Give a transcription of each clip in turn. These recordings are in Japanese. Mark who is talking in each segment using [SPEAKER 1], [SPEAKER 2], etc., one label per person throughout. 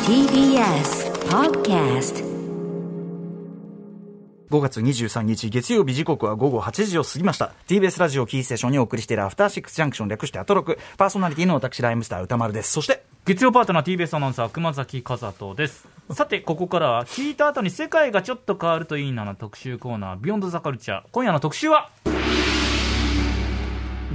[SPEAKER 1] TBS Podcast
[SPEAKER 2] 5月23日月曜日時刻は午後8時を過ぎました TBS ラジオキーステーションにお送りしているアフターシックスジャンクション略してアトロクパーソナリティの私ライムスター歌丸ですそして
[SPEAKER 3] 月曜パートナー TBS アナウンサー熊崎和人ですさてここからは聞いた後に世界がちょっと変わるといいなの特集コーナー「ビヨンドザカルチャー今夜の特集は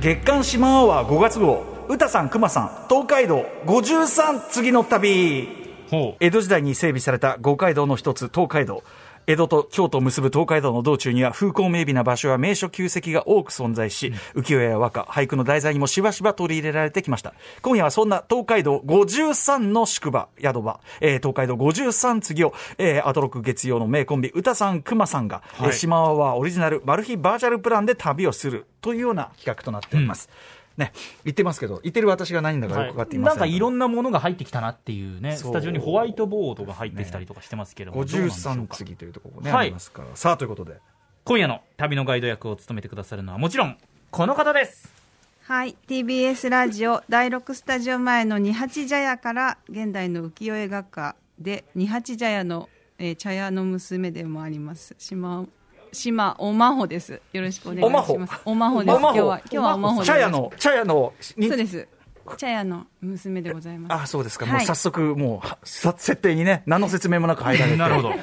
[SPEAKER 2] 月刊シマアワー5月号歌さん熊さん東海道53次の旅
[SPEAKER 3] ほう
[SPEAKER 2] 江戸時代に整備された五街道の一つ東海道江戸と京都を結ぶ東海道の道中には風光明媚な場所や名所旧跡が多く存在し、浮世絵や和歌俳句の題材にもしばしば取り入れられてきました今夜はそんな東海道53の宿場宿場、えー東海道53次を、えーアトロック月曜の名コンビ歌さん熊さんが、えー島はオリジナルマル秘バーチャルプランで旅をするというような企画となっております、ね、言ってますけど言ってる私が何だかよく分かっていま
[SPEAKER 3] な
[SPEAKER 2] せん、
[SPEAKER 3] んかいろんなものが入ってきたなっていうね
[SPEAKER 2] そう
[SPEAKER 3] スタジオにホワイトボードが入ってきたりとかしてますけれどもどうなんでしょう
[SPEAKER 2] 53
[SPEAKER 3] か
[SPEAKER 2] 次というところね、
[SPEAKER 3] はい
[SPEAKER 2] ありますから。さあ、ということで。
[SPEAKER 3] 今夜の旅のガイド役を務めてくださるのはもちろんこの方です
[SPEAKER 4] はい、TBS ラジオ第6スタジオ前の二八茶屋から現代の浮世絵画家で二八茶屋の、えー茶屋の娘でもあります島島おまほです。よろしくお願いします。
[SPEAKER 2] おまほ
[SPEAKER 4] おまほです。今日は今日はおまほで
[SPEAKER 2] 茶屋の、茶屋の、に
[SPEAKER 4] そうです。茶屋の娘でございます。
[SPEAKER 2] あ、そうですか。
[SPEAKER 4] はい
[SPEAKER 2] もう早速、もうは、さ設定にね、何の説明もなく入られて。
[SPEAKER 3] な るほど。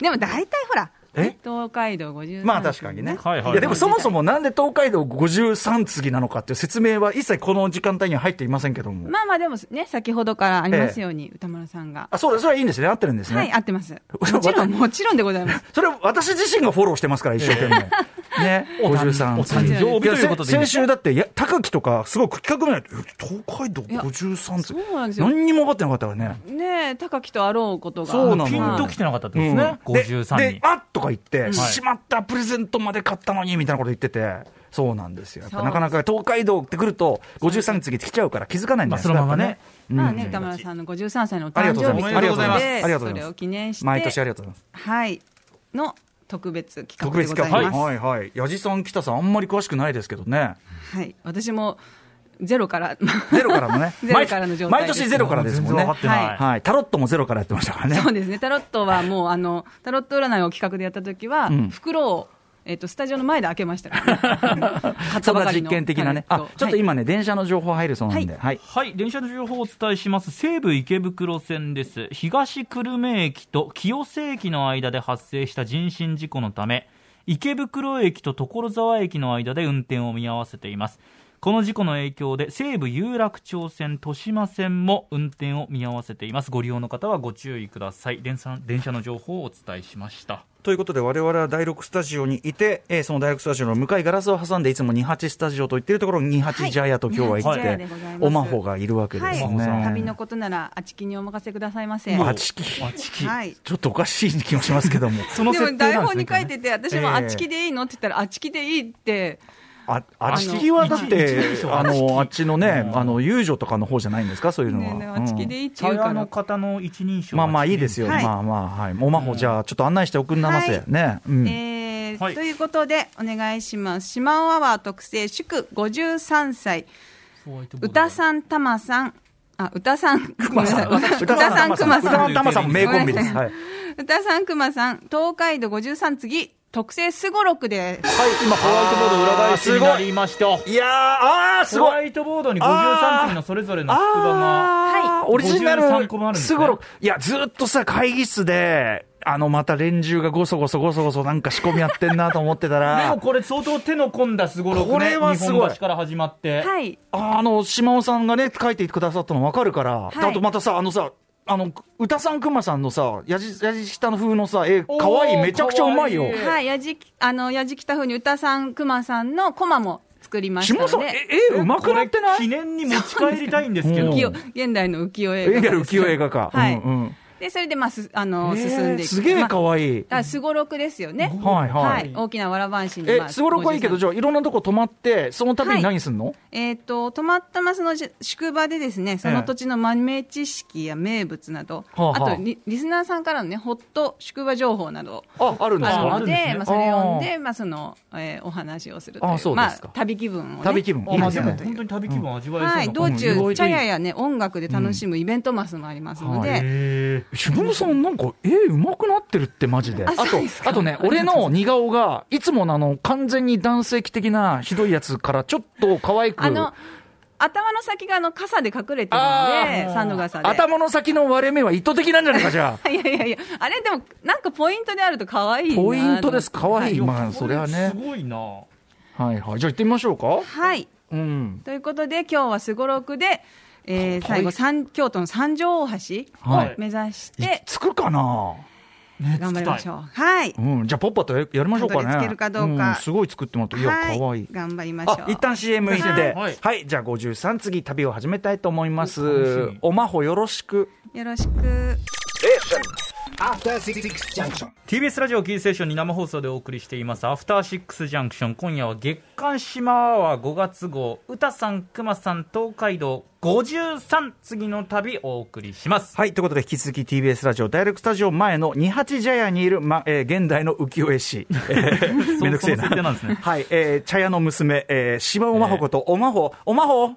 [SPEAKER 4] でも大体ほら
[SPEAKER 2] え
[SPEAKER 4] 東海道53
[SPEAKER 2] まあ確かにね。
[SPEAKER 3] はいはい
[SPEAKER 2] やでもそもそもなんで東海道53次なのかっていう説明は一切この時間帯には入っていませんけども。
[SPEAKER 4] まあまあでもね先ほどからありますように、歌丸さんが
[SPEAKER 2] あ、そうです。それはいいんですね。合ってるんですね。
[SPEAKER 4] はい合ってます。もちろんもちろんでございます。
[SPEAKER 2] それは私自身がフォローしてますから、一生懸命。ね、
[SPEAKER 3] お誕
[SPEAKER 2] 53
[SPEAKER 3] お誕
[SPEAKER 2] 次。
[SPEAKER 3] 生日ということでいいん
[SPEAKER 2] 先
[SPEAKER 3] ですか
[SPEAKER 2] 週だって、いや高木とか、すごく企画名、え東海道
[SPEAKER 4] いや
[SPEAKER 2] 53
[SPEAKER 4] そ
[SPEAKER 2] 次。
[SPEAKER 4] うなんですよ。
[SPEAKER 2] 何にも分かってなかったからね。
[SPEAKER 4] ねえ高木とあろうことが
[SPEAKER 2] そうなのよ
[SPEAKER 3] ピンときてなかったってことですね、
[SPEAKER 2] うんで
[SPEAKER 3] 53
[SPEAKER 2] で
[SPEAKER 3] に
[SPEAKER 2] あっとか言って、
[SPEAKER 3] ん
[SPEAKER 2] しまった、プレゼントまで買ったのにみたいなこと言ってて、そうなんですよ、やっぱなかなか東海道ってくると、53次って来ちゃうから気づかないん
[SPEAKER 3] ま
[SPEAKER 2] で
[SPEAKER 3] あ
[SPEAKER 2] す
[SPEAKER 3] そのままね
[SPEAKER 4] まあね、歌村さんの53歳のお
[SPEAKER 2] ありが
[SPEAKER 4] 誕
[SPEAKER 2] とうご
[SPEAKER 4] 生
[SPEAKER 2] ざいますありがと
[SPEAKER 4] 日ということ
[SPEAKER 2] うございます
[SPEAKER 4] で
[SPEAKER 2] ありがとうござ
[SPEAKER 4] そ
[SPEAKER 2] います
[SPEAKER 4] れを記念して
[SPEAKER 2] 毎年ありがとうございます。
[SPEAKER 4] はいの特別企
[SPEAKER 2] 特
[SPEAKER 4] 画で
[SPEAKER 2] 別
[SPEAKER 4] ござい
[SPEAKER 2] 企
[SPEAKER 4] ま
[SPEAKER 2] 画、
[SPEAKER 4] す、
[SPEAKER 2] はいは
[SPEAKER 4] はい
[SPEAKER 2] いはい、矢地さん、北さん、あんまり詳しくないですけどね、
[SPEAKER 4] 私もゼロから、
[SPEAKER 2] ゼロからもね
[SPEAKER 4] ゼロからの状態
[SPEAKER 2] 毎年ゼロからですもんね、
[SPEAKER 3] 全然分かってない、
[SPEAKER 2] はい、タロットもゼロからやってましたからね、
[SPEAKER 4] そうですねタロットはもうあのタロット占いを企画でやった時は、
[SPEAKER 2] ん
[SPEAKER 4] 袋をえっとスタジオの前で開けましたか らね、買っ
[SPEAKER 2] そ
[SPEAKER 4] た
[SPEAKER 2] ん
[SPEAKER 4] ば
[SPEAKER 2] な
[SPEAKER 4] かり
[SPEAKER 2] 実
[SPEAKER 4] の
[SPEAKER 2] 験的なね、
[SPEAKER 4] タロ
[SPEAKER 2] あ
[SPEAKER 4] ット
[SPEAKER 2] ちょっと今ね、電車の情報入るそうなんで、
[SPEAKER 4] はい
[SPEAKER 2] はい、
[SPEAKER 3] はい、電車の情報をお伝えします。西武池袋線です。東久留米駅と清瀬駅の間で発生した人身事故のため、池袋駅と所沢駅の間で運転を見合わせています。この事故の影響で西武有楽町線豊島線も運転を見合わせています。ご利用の方はご注意ください。電車電車の情報をお伝えしました。
[SPEAKER 2] ということで、我々は第6スタジオにいて、えーその第6スタジオの向かいガラスを挟んで、いつも28スタジオと言ってるところ、28ジャイアと今日は行
[SPEAKER 4] はい28ジャイ
[SPEAKER 2] っ
[SPEAKER 4] ア
[SPEAKER 2] て
[SPEAKER 4] でござい、ます
[SPEAKER 2] おまほがいるわけで
[SPEAKER 4] はい
[SPEAKER 2] す
[SPEAKER 4] 旅
[SPEAKER 2] ね
[SPEAKER 4] の。ことならあちきにお任せくださいませ
[SPEAKER 2] あちき、
[SPEAKER 3] あちき。
[SPEAKER 4] はい
[SPEAKER 2] ちょっとおかしい気もしますけども。
[SPEAKER 3] その
[SPEAKER 4] で
[SPEAKER 3] 設
[SPEAKER 4] も
[SPEAKER 3] 定なんですね
[SPEAKER 4] 台本に書いてて、私
[SPEAKER 2] ええ
[SPEAKER 4] もあっちきでいいのって言ったら、あっちきでいいって、
[SPEAKER 2] あ、あちきはだって
[SPEAKER 3] 一人、称
[SPEAKER 2] あの、あっちのね、
[SPEAKER 3] うん
[SPEAKER 2] あの、遊女とかの方じゃないんですか、そういうのは。
[SPEAKER 4] ねえねえあっちきでいいって
[SPEAKER 3] 茶
[SPEAKER 4] 言うか
[SPEAKER 3] 屋の
[SPEAKER 4] ら、
[SPEAKER 3] 方の一人
[SPEAKER 2] う
[SPEAKER 3] 称
[SPEAKER 2] んまあまあいいですよ。
[SPEAKER 4] はい
[SPEAKER 2] まあまあ、はい。おまほ、じゃあ、ちょっと案内しておくんなませ
[SPEAKER 4] は。い
[SPEAKER 2] ね。うん。
[SPEAKER 4] えー
[SPEAKER 3] はい
[SPEAKER 4] ということで、お願いします。シマオアワー特製祝53歳、歌
[SPEAKER 3] ん。
[SPEAKER 4] さん、たまさん、あ、歌さん、ごめんなさい、
[SPEAKER 2] 歌
[SPEAKER 4] 歌さん、くま
[SPEAKER 2] 歌さ
[SPEAKER 4] さ
[SPEAKER 2] ん、
[SPEAKER 4] ん、
[SPEAKER 2] たまさんも名コンビです。
[SPEAKER 4] ごめんな
[SPEAKER 2] は
[SPEAKER 4] さ
[SPEAKER 2] い。
[SPEAKER 4] 歌さん、くまさん、東海道53次、特製すごろくです。
[SPEAKER 2] はい、今、ホワイトボード裏返し
[SPEAKER 3] す
[SPEAKER 2] に
[SPEAKER 3] ご。
[SPEAKER 2] ないり。
[SPEAKER 3] いました。
[SPEAKER 2] いやー、あー、すご
[SPEAKER 3] ホ
[SPEAKER 2] い
[SPEAKER 3] ワ。イトボードに53人のそれぞれの宿場が。
[SPEAKER 2] あー
[SPEAKER 3] はい
[SPEAKER 2] オリジナ
[SPEAKER 3] 53個もある
[SPEAKER 2] ル、
[SPEAKER 3] んです
[SPEAKER 2] す
[SPEAKER 3] ね
[SPEAKER 2] ごろくいや、ずーっとさ、会議室で、あの、また連中がごそごそごそごそなんか仕込みやってんなと思ってた
[SPEAKER 3] で も
[SPEAKER 2] ら、
[SPEAKER 3] これ相当手の込んだすごろくね。
[SPEAKER 2] これはすごい
[SPEAKER 3] 日本橋から始まって。
[SPEAKER 4] はい、
[SPEAKER 2] あの、島尾さんがね、書いてくださったの分かるから、
[SPEAKER 4] い
[SPEAKER 2] であとまたさ、あのさ、あの、歌さんくまさんのさ、やじ、やじ下の風のさ、絵、
[SPEAKER 3] おー
[SPEAKER 2] かわいい、めちゃくちゃうまいよ
[SPEAKER 3] かわ。いい
[SPEAKER 4] はい、やじき、あの、やじきたふうに歌さん、くまさんのコマも作りました
[SPEAKER 2] 島尾さ
[SPEAKER 4] の
[SPEAKER 2] ん、
[SPEAKER 4] で。
[SPEAKER 2] え、絵うまくなってない
[SPEAKER 3] 記念に持ち帰りたいんですけど。
[SPEAKER 2] そう
[SPEAKER 4] 浮
[SPEAKER 2] です
[SPEAKER 4] 世現代の浮世絵
[SPEAKER 2] 絵
[SPEAKER 4] 画
[SPEAKER 2] が浮世絵画か。
[SPEAKER 4] はい
[SPEAKER 2] うんうん
[SPEAKER 4] でそれでまあすあの、
[SPEAKER 2] えー
[SPEAKER 4] 進んでいく
[SPEAKER 2] すげえ
[SPEAKER 4] まあ
[SPEAKER 2] 可愛い
[SPEAKER 4] だからすごろくですよね、
[SPEAKER 2] はいはい
[SPEAKER 4] 大きなわらばんしに
[SPEAKER 2] え
[SPEAKER 4] まあ
[SPEAKER 2] すごろくはいいけど
[SPEAKER 4] 53
[SPEAKER 2] じゃあいろんなとこ泊まってそのために何すんの、
[SPEAKER 4] えー、と泊まったまそのじ宿場でですねその土地の豆知識や名物など、
[SPEAKER 2] はあはあ
[SPEAKER 4] あとリリスナーさんからのねほっと宿場情報など
[SPEAKER 2] ああるんです
[SPEAKER 4] ある
[SPEAKER 2] か
[SPEAKER 3] ある
[SPEAKER 4] の
[SPEAKER 3] ん
[SPEAKER 4] で
[SPEAKER 3] ですね
[SPEAKER 4] まあ、それを読んでまあ、その、えーお話をするという
[SPEAKER 2] あそうで
[SPEAKER 4] ますあ
[SPEAKER 2] か、
[SPEAKER 4] 旅気分を、ね、
[SPEAKER 2] 旅気分
[SPEAKER 3] あまあでも
[SPEAKER 2] いいですね
[SPEAKER 3] 本当に旅気分味わえそうな、
[SPEAKER 4] はい、道
[SPEAKER 2] うん意外とい
[SPEAKER 4] 中、
[SPEAKER 2] い
[SPEAKER 4] チャヤやね、音楽で楽しむイベントマスもありますので、
[SPEAKER 3] へー
[SPEAKER 2] しぶむさん、なんか、絵うまくなってるって、マジで。あ
[SPEAKER 4] あ
[SPEAKER 2] と
[SPEAKER 4] そうです、か
[SPEAKER 2] あとね、俺の似顔が、いつものあの、完全に男性器的な、ひどいやつから、ちょっと可愛く、
[SPEAKER 4] あの、頭の先があの傘で隠れてるの
[SPEAKER 2] あ
[SPEAKER 4] で、
[SPEAKER 2] ー
[SPEAKER 4] サンドガサで。
[SPEAKER 2] 頭の先の割れ目は意図的なんじゃないか、じゃ
[SPEAKER 4] いやいやいや、あれでも、なんかポイントであると可愛
[SPEAKER 2] あ。
[SPEAKER 4] いなと
[SPEAKER 2] ポイントです、可愛い。
[SPEAKER 3] いや
[SPEAKER 2] まあ、それはね
[SPEAKER 3] こ。すごいな
[SPEAKER 2] はいはい。じゃあ行ってみましょうか。
[SPEAKER 4] はい。
[SPEAKER 2] うん。
[SPEAKER 4] ということで、今日はすごろくで、えー
[SPEAKER 2] かわい
[SPEAKER 4] 最
[SPEAKER 2] い
[SPEAKER 4] 後、三京都の三条大橋
[SPEAKER 2] はい
[SPEAKER 4] を目指し
[SPEAKER 2] い
[SPEAKER 4] て、
[SPEAKER 2] つくかな
[SPEAKER 3] ね
[SPEAKER 4] 頑張りまし
[SPEAKER 3] う
[SPEAKER 4] ょう。はい。
[SPEAKER 2] うん。じゃあ、ポッパとややりましょうかね。
[SPEAKER 4] たどり着けるかどうか
[SPEAKER 2] んすごい作ってもらった。いや、可愛い。
[SPEAKER 4] 頑張りましょう
[SPEAKER 2] あ。一旦 CM 行って、
[SPEAKER 3] は
[SPEAKER 2] はいい、じゃあ53次旅を始めたいと思いま
[SPEAKER 3] お楽し
[SPEAKER 2] す
[SPEAKER 3] み
[SPEAKER 2] おまほよろしく
[SPEAKER 4] よろしく。
[SPEAKER 5] After Six Junction.
[SPEAKER 3] TBS ラジオキーステーションに生放送でお送りしています「アフターシックスジャンクション」今夜は月刊島アワー5月号歌さん熊さん東海道53次の旅お送りします
[SPEAKER 2] はいということで引き続き TBS ラジオダイレクトスタジオ前の二八茶屋にいる、まえー現代の浮世絵師えーめんどくせえ
[SPEAKER 3] そその設定な
[SPEAKER 2] なん
[SPEAKER 3] ですね
[SPEAKER 2] はい、えー、茶屋の娘、えー、芝おまほこと、おまほおまほ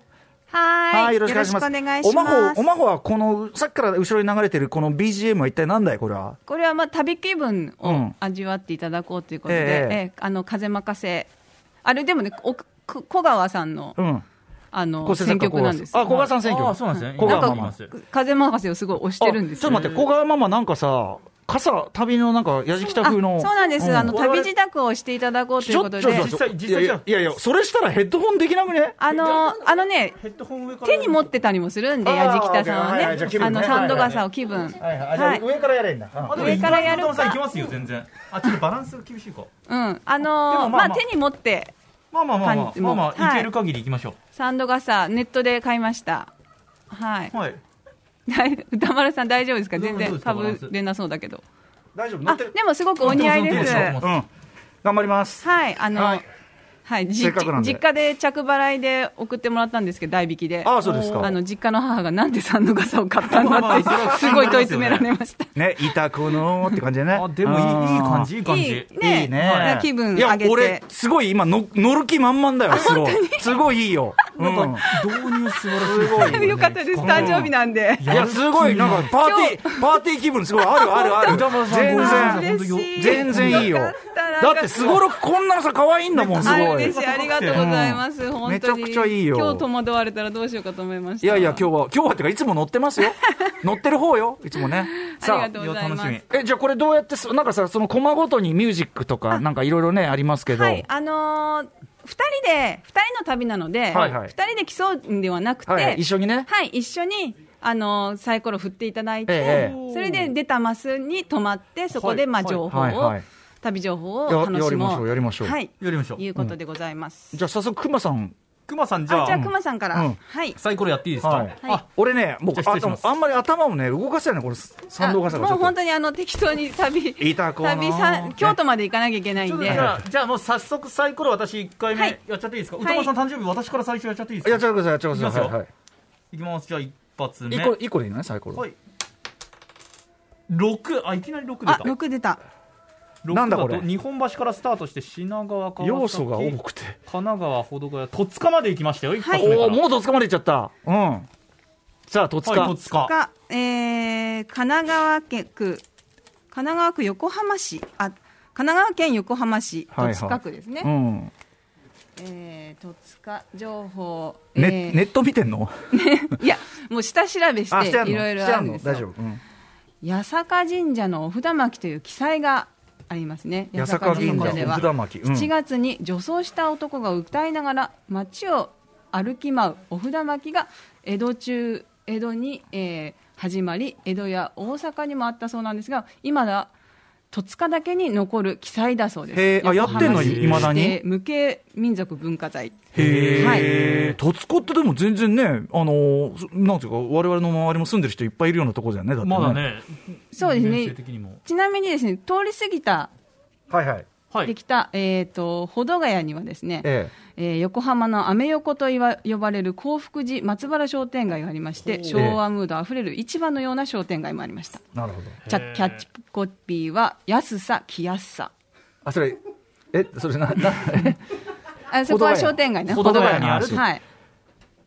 [SPEAKER 4] はい
[SPEAKER 2] はい、
[SPEAKER 4] よろしくお願いします。
[SPEAKER 2] おまほおまほはこのさっきから後ろに流れてるこの BGM は一体なんだいこれは
[SPEAKER 4] これはまあ旅気分
[SPEAKER 2] う
[SPEAKER 4] を
[SPEAKER 2] ん
[SPEAKER 4] 味わっていただこうということ
[SPEAKER 2] え
[SPEAKER 4] で、
[SPEAKER 2] え
[SPEAKER 4] ええあの風任せ、あれでもね、おくく小川さんの,、
[SPEAKER 2] うん
[SPEAKER 4] あの
[SPEAKER 2] 小瀬さ
[SPEAKER 4] 選
[SPEAKER 2] んか
[SPEAKER 4] 曲なんです
[SPEAKER 2] 小川さんあ小川さん選挙
[SPEAKER 3] あそうなんですね
[SPEAKER 2] 小川
[SPEAKER 3] 今
[SPEAKER 2] マ
[SPEAKER 3] いま
[SPEAKER 2] マ
[SPEAKER 3] す
[SPEAKER 4] 風任せをすごい推してるんです
[SPEAKER 2] あちょっと待って小川ママなんかさ傘旅のなんかやじきた
[SPEAKER 4] あそう
[SPEAKER 2] 風の
[SPEAKER 4] なんです、
[SPEAKER 2] ん
[SPEAKER 4] あの
[SPEAKER 3] 我々
[SPEAKER 4] 旅支度をしていただこうとい
[SPEAKER 2] ち
[SPEAKER 4] う
[SPEAKER 2] ょ
[SPEAKER 4] こと
[SPEAKER 2] っと
[SPEAKER 4] で、
[SPEAKER 3] 実際実際じゃん
[SPEAKER 2] いやいやいやそれしたらヘッドホンできなくね
[SPEAKER 4] あのあのね、
[SPEAKER 3] ヘッドホン上から
[SPEAKER 4] 手に持ってたりもするんで、
[SPEAKER 2] あー
[SPEAKER 4] 矢敷田さんはね、
[SPEAKER 2] はいはいじゃあ気分
[SPEAKER 4] あの
[SPEAKER 2] ね
[SPEAKER 4] サンド傘を気分、はい
[SPEAKER 2] 上からやれんだ
[SPEAKER 3] あでも
[SPEAKER 4] 上からやるか
[SPEAKER 3] 伊沢さんいきますよ全然あちょっとバランス厳しいか
[SPEAKER 4] うん、あ
[SPEAKER 3] で
[SPEAKER 4] の
[SPEAKER 3] もまあ
[SPEAKER 4] まあ
[SPEAKER 3] まあ
[SPEAKER 4] 手に持って、
[SPEAKER 3] まあまあまあま
[SPEAKER 4] 感
[SPEAKER 3] あ
[SPEAKER 4] じ
[SPEAKER 3] まあ
[SPEAKER 4] も
[SPEAKER 3] まあ
[SPEAKER 4] はい
[SPEAKER 3] いける限りいきましょ、
[SPEAKER 4] サンド傘、ネットで買いました。はいう
[SPEAKER 3] はい
[SPEAKER 4] 大 歌丸さん大丈夫ですか
[SPEAKER 3] どう
[SPEAKER 4] 全
[SPEAKER 3] どう
[SPEAKER 4] 然
[SPEAKER 3] ですか
[SPEAKER 4] かぶれなそうだけど
[SPEAKER 2] 大丈夫乗
[SPEAKER 4] あ
[SPEAKER 2] ってる
[SPEAKER 4] でもすごくお似合い
[SPEAKER 3] どう
[SPEAKER 4] で
[SPEAKER 3] ぞ
[SPEAKER 4] す
[SPEAKER 3] どうぞ
[SPEAKER 2] うん頑張ります
[SPEAKER 4] はいあの
[SPEAKER 2] は
[SPEAKER 4] はい
[SPEAKER 2] い、
[SPEAKER 4] じ
[SPEAKER 2] せっかくなんで
[SPEAKER 4] 実家で着払いで送ってもらったんですけど代引きで
[SPEAKER 2] あ
[SPEAKER 4] あ
[SPEAKER 2] あそうですか
[SPEAKER 4] の実家の母がなんでサンド傘を買ったんだ
[SPEAKER 3] まあま
[SPEAKER 4] っ
[SPEAKER 3] あそれは
[SPEAKER 4] てすごい問い詰められました
[SPEAKER 2] ね痛くのーって感じで ね
[SPEAKER 3] あでもいいいい感じいい感
[SPEAKER 4] い
[SPEAKER 3] じ
[SPEAKER 4] いね
[SPEAKER 2] いいね
[SPEAKER 4] 気分
[SPEAKER 2] いや
[SPEAKER 4] 上げ
[SPEAKER 2] 俺
[SPEAKER 4] て
[SPEAKER 2] すごい今の乗る気満々だよすごいすごいいい よう
[SPEAKER 3] なん
[SPEAKER 2] ん
[SPEAKER 3] か導入素晴らしい
[SPEAKER 2] すごい
[SPEAKER 4] よかったです誕生日なんで
[SPEAKER 2] いやすごいなんかパーティーパーティー気分すごいあるあるある全
[SPEAKER 3] 本当
[SPEAKER 2] 然
[SPEAKER 4] 嬉しい
[SPEAKER 2] 全然いいよ
[SPEAKER 4] よかったな
[SPEAKER 2] だ
[SPEAKER 4] んか
[SPEAKER 2] ってすごろくこんなのさ可愛いんだもんす
[SPEAKER 4] はい
[SPEAKER 2] ごい
[SPEAKER 4] 嬉しいありがとうございます、
[SPEAKER 2] うん
[SPEAKER 4] 本当に
[SPEAKER 2] めちゃくちゃいいよ
[SPEAKER 4] 今日戸惑われたらどうしようかと思いました
[SPEAKER 2] いやいや、今日は、今日はっていうか、いつも乗ってますよ。乗ってる方よ、いつもね。
[SPEAKER 4] あ
[SPEAKER 2] さ
[SPEAKER 4] りが
[SPEAKER 2] あ
[SPEAKER 4] とうございます
[SPEAKER 3] いや楽し
[SPEAKER 2] え、じゃあこれどうやってす、なんかさ、そのコマごとにミュージックとか、なんかいろいろね、ありますけど。
[SPEAKER 4] はい、あのー、2人で2人の旅なので、
[SPEAKER 2] はいはい
[SPEAKER 4] 2人で競うんではなくて、
[SPEAKER 2] はい一緒にね。
[SPEAKER 4] はい一緒に、あのーサイコロ振っていただいて、
[SPEAKER 2] え
[SPEAKER 3] え
[SPEAKER 4] それで出たマスに止まってそこ
[SPEAKER 3] は
[SPEAKER 4] で
[SPEAKER 3] い
[SPEAKER 4] まあ情報を、
[SPEAKER 2] はいはい
[SPEAKER 4] 旅情報を
[SPEAKER 2] や
[SPEAKER 4] 楽しもう
[SPEAKER 2] やりましょうやりましょう
[SPEAKER 4] はい、
[SPEAKER 3] やりましょう
[SPEAKER 4] いうことでございます、
[SPEAKER 2] じゃあ早速、くまさん。
[SPEAKER 3] くまさんじゃ
[SPEAKER 4] あ
[SPEAKER 3] あ
[SPEAKER 4] じゃあくまさんから、
[SPEAKER 2] うん
[SPEAKER 4] はい
[SPEAKER 3] サイコロやっていいですか、
[SPEAKER 2] はい
[SPEAKER 3] あ
[SPEAKER 2] 俺ね、もう
[SPEAKER 3] じゃあ失礼しま
[SPEAKER 2] あ
[SPEAKER 3] す
[SPEAKER 2] あんまり頭をね、動かせないの、この賛同傘が。
[SPEAKER 4] あもう本
[SPEAKER 2] 当
[SPEAKER 4] 当にあの適当に旅
[SPEAKER 2] いたこうな
[SPEAKER 4] 旅さん京都まで行かなきゃいけない
[SPEAKER 3] ちょ
[SPEAKER 4] ん
[SPEAKER 3] っと
[SPEAKER 4] で
[SPEAKER 3] じゃあ、じゃあもう早速サイコロ私1回目
[SPEAKER 4] はい
[SPEAKER 3] やっちゃっていいですか、
[SPEAKER 4] はい
[SPEAKER 3] 歌丸さん誕生日私から最初やっちゃっていいですか
[SPEAKER 2] やっちゃってください、やっちゃってください。
[SPEAKER 3] いきますよ
[SPEAKER 2] はい。
[SPEAKER 3] いきますじゃあ一発目
[SPEAKER 2] 一個、一個でいいのね、サイコロ。
[SPEAKER 3] はい6あいきなり6出
[SPEAKER 4] あ
[SPEAKER 3] た
[SPEAKER 4] 六出た
[SPEAKER 3] 六
[SPEAKER 2] なんだ
[SPEAKER 3] と
[SPEAKER 2] これ
[SPEAKER 3] 日本橋からスタートして品川川崎
[SPEAKER 2] 要素が多くて。
[SPEAKER 3] 神奈川保土ヶ谷戸塚まで行きましたよ一発目から
[SPEAKER 2] おお、もう戸塚まで行っちゃった。うん。さあ、戸
[SPEAKER 3] はい
[SPEAKER 2] 塚
[SPEAKER 3] 戸。塚
[SPEAKER 4] が、えー、神奈川県区、神奈川区横浜市、あ、神奈川県横浜市、
[SPEAKER 2] はいは
[SPEAKER 4] 戸
[SPEAKER 2] い
[SPEAKER 4] 塚区ですね。
[SPEAKER 2] うん。
[SPEAKER 4] えー戸塚情報。え
[SPEAKER 2] ね
[SPEAKER 4] ー
[SPEAKER 2] ネット見てんの
[SPEAKER 4] いや、もう下調べし
[SPEAKER 2] あ、してあん
[SPEAKER 4] て、
[SPEAKER 2] の
[SPEAKER 4] いろいろ
[SPEAKER 2] してあ
[SPEAKER 4] ある
[SPEAKER 2] ん
[SPEAKER 4] ん
[SPEAKER 2] の
[SPEAKER 4] です
[SPEAKER 2] 大丈
[SPEAKER 4] よ。
[SPEAKER 2] 夫。うん
[SPEAKER 4] 八坂神社のお札巻きという記載がありますね。
[SPEAKER 2] 八坂銀座
[SPEAKER 4] 八坂では。
[SPEAKER 2] お札巻き、うん
[SPEAKER 4] 7月に女装した男が歌いながら街を歩き舞うお札巻きが江戸中江戸に、えー始まり江戸や大阪にもあったそうなんですが今だ戸塚だけに残る記載だそうです。
[SPEAKER 2] へーあやってんの
[SPEAKER 4] 横浜市
[SPEAKER 2] いまだに
[SPEAKER 4] 指定無形民族文化財。
[SPEAKER 2] へえ、とつこってでも全然ね、あのー、なんていうか、我々の周りも住んでる人いっぱいいるようなところじゃね、だってね。
[SPEAKER 3] まだ。ね、
[SPEAKER 4] そうです
[SPEAKER 3] 年齢
[SPEAKER 4] ね
[SPEAKER 3] 的。にも。
[SPEAKER 4] ちなみにですね、通り過ぎた、
[SPEAKER 2] はいはい。
[SPEAKER 3] は
[SPEAKER 4] で
[SPEAKER 3] い。
[SPEAKER 4] きた、えっ、と、保土ヶ谷にはですね、
[SPEAKER 2] え
[SPEAKER 4] えー横浜のアメ横といわ呼ばれる幸福寺松原商店街がありまして昭和ムードあふれる市場のような商店街もありました
[SPEAKER 2] え。なるほど。
[SPEAKER 4] キャキャッチコピーは安さ着やすさ
[SPEAKER 2] あ、それ、え、それな、な、え
[SPEAKER 4] あそ
[SPEAKER 2] 保土ヶ
[SPEAKER 4] こは
[SPEAKER 2] 谷
[SPEAKER 4] 商店街ね
[SPEAKER 3] 保土ヶ谷にある
[SPEAKER 4] はい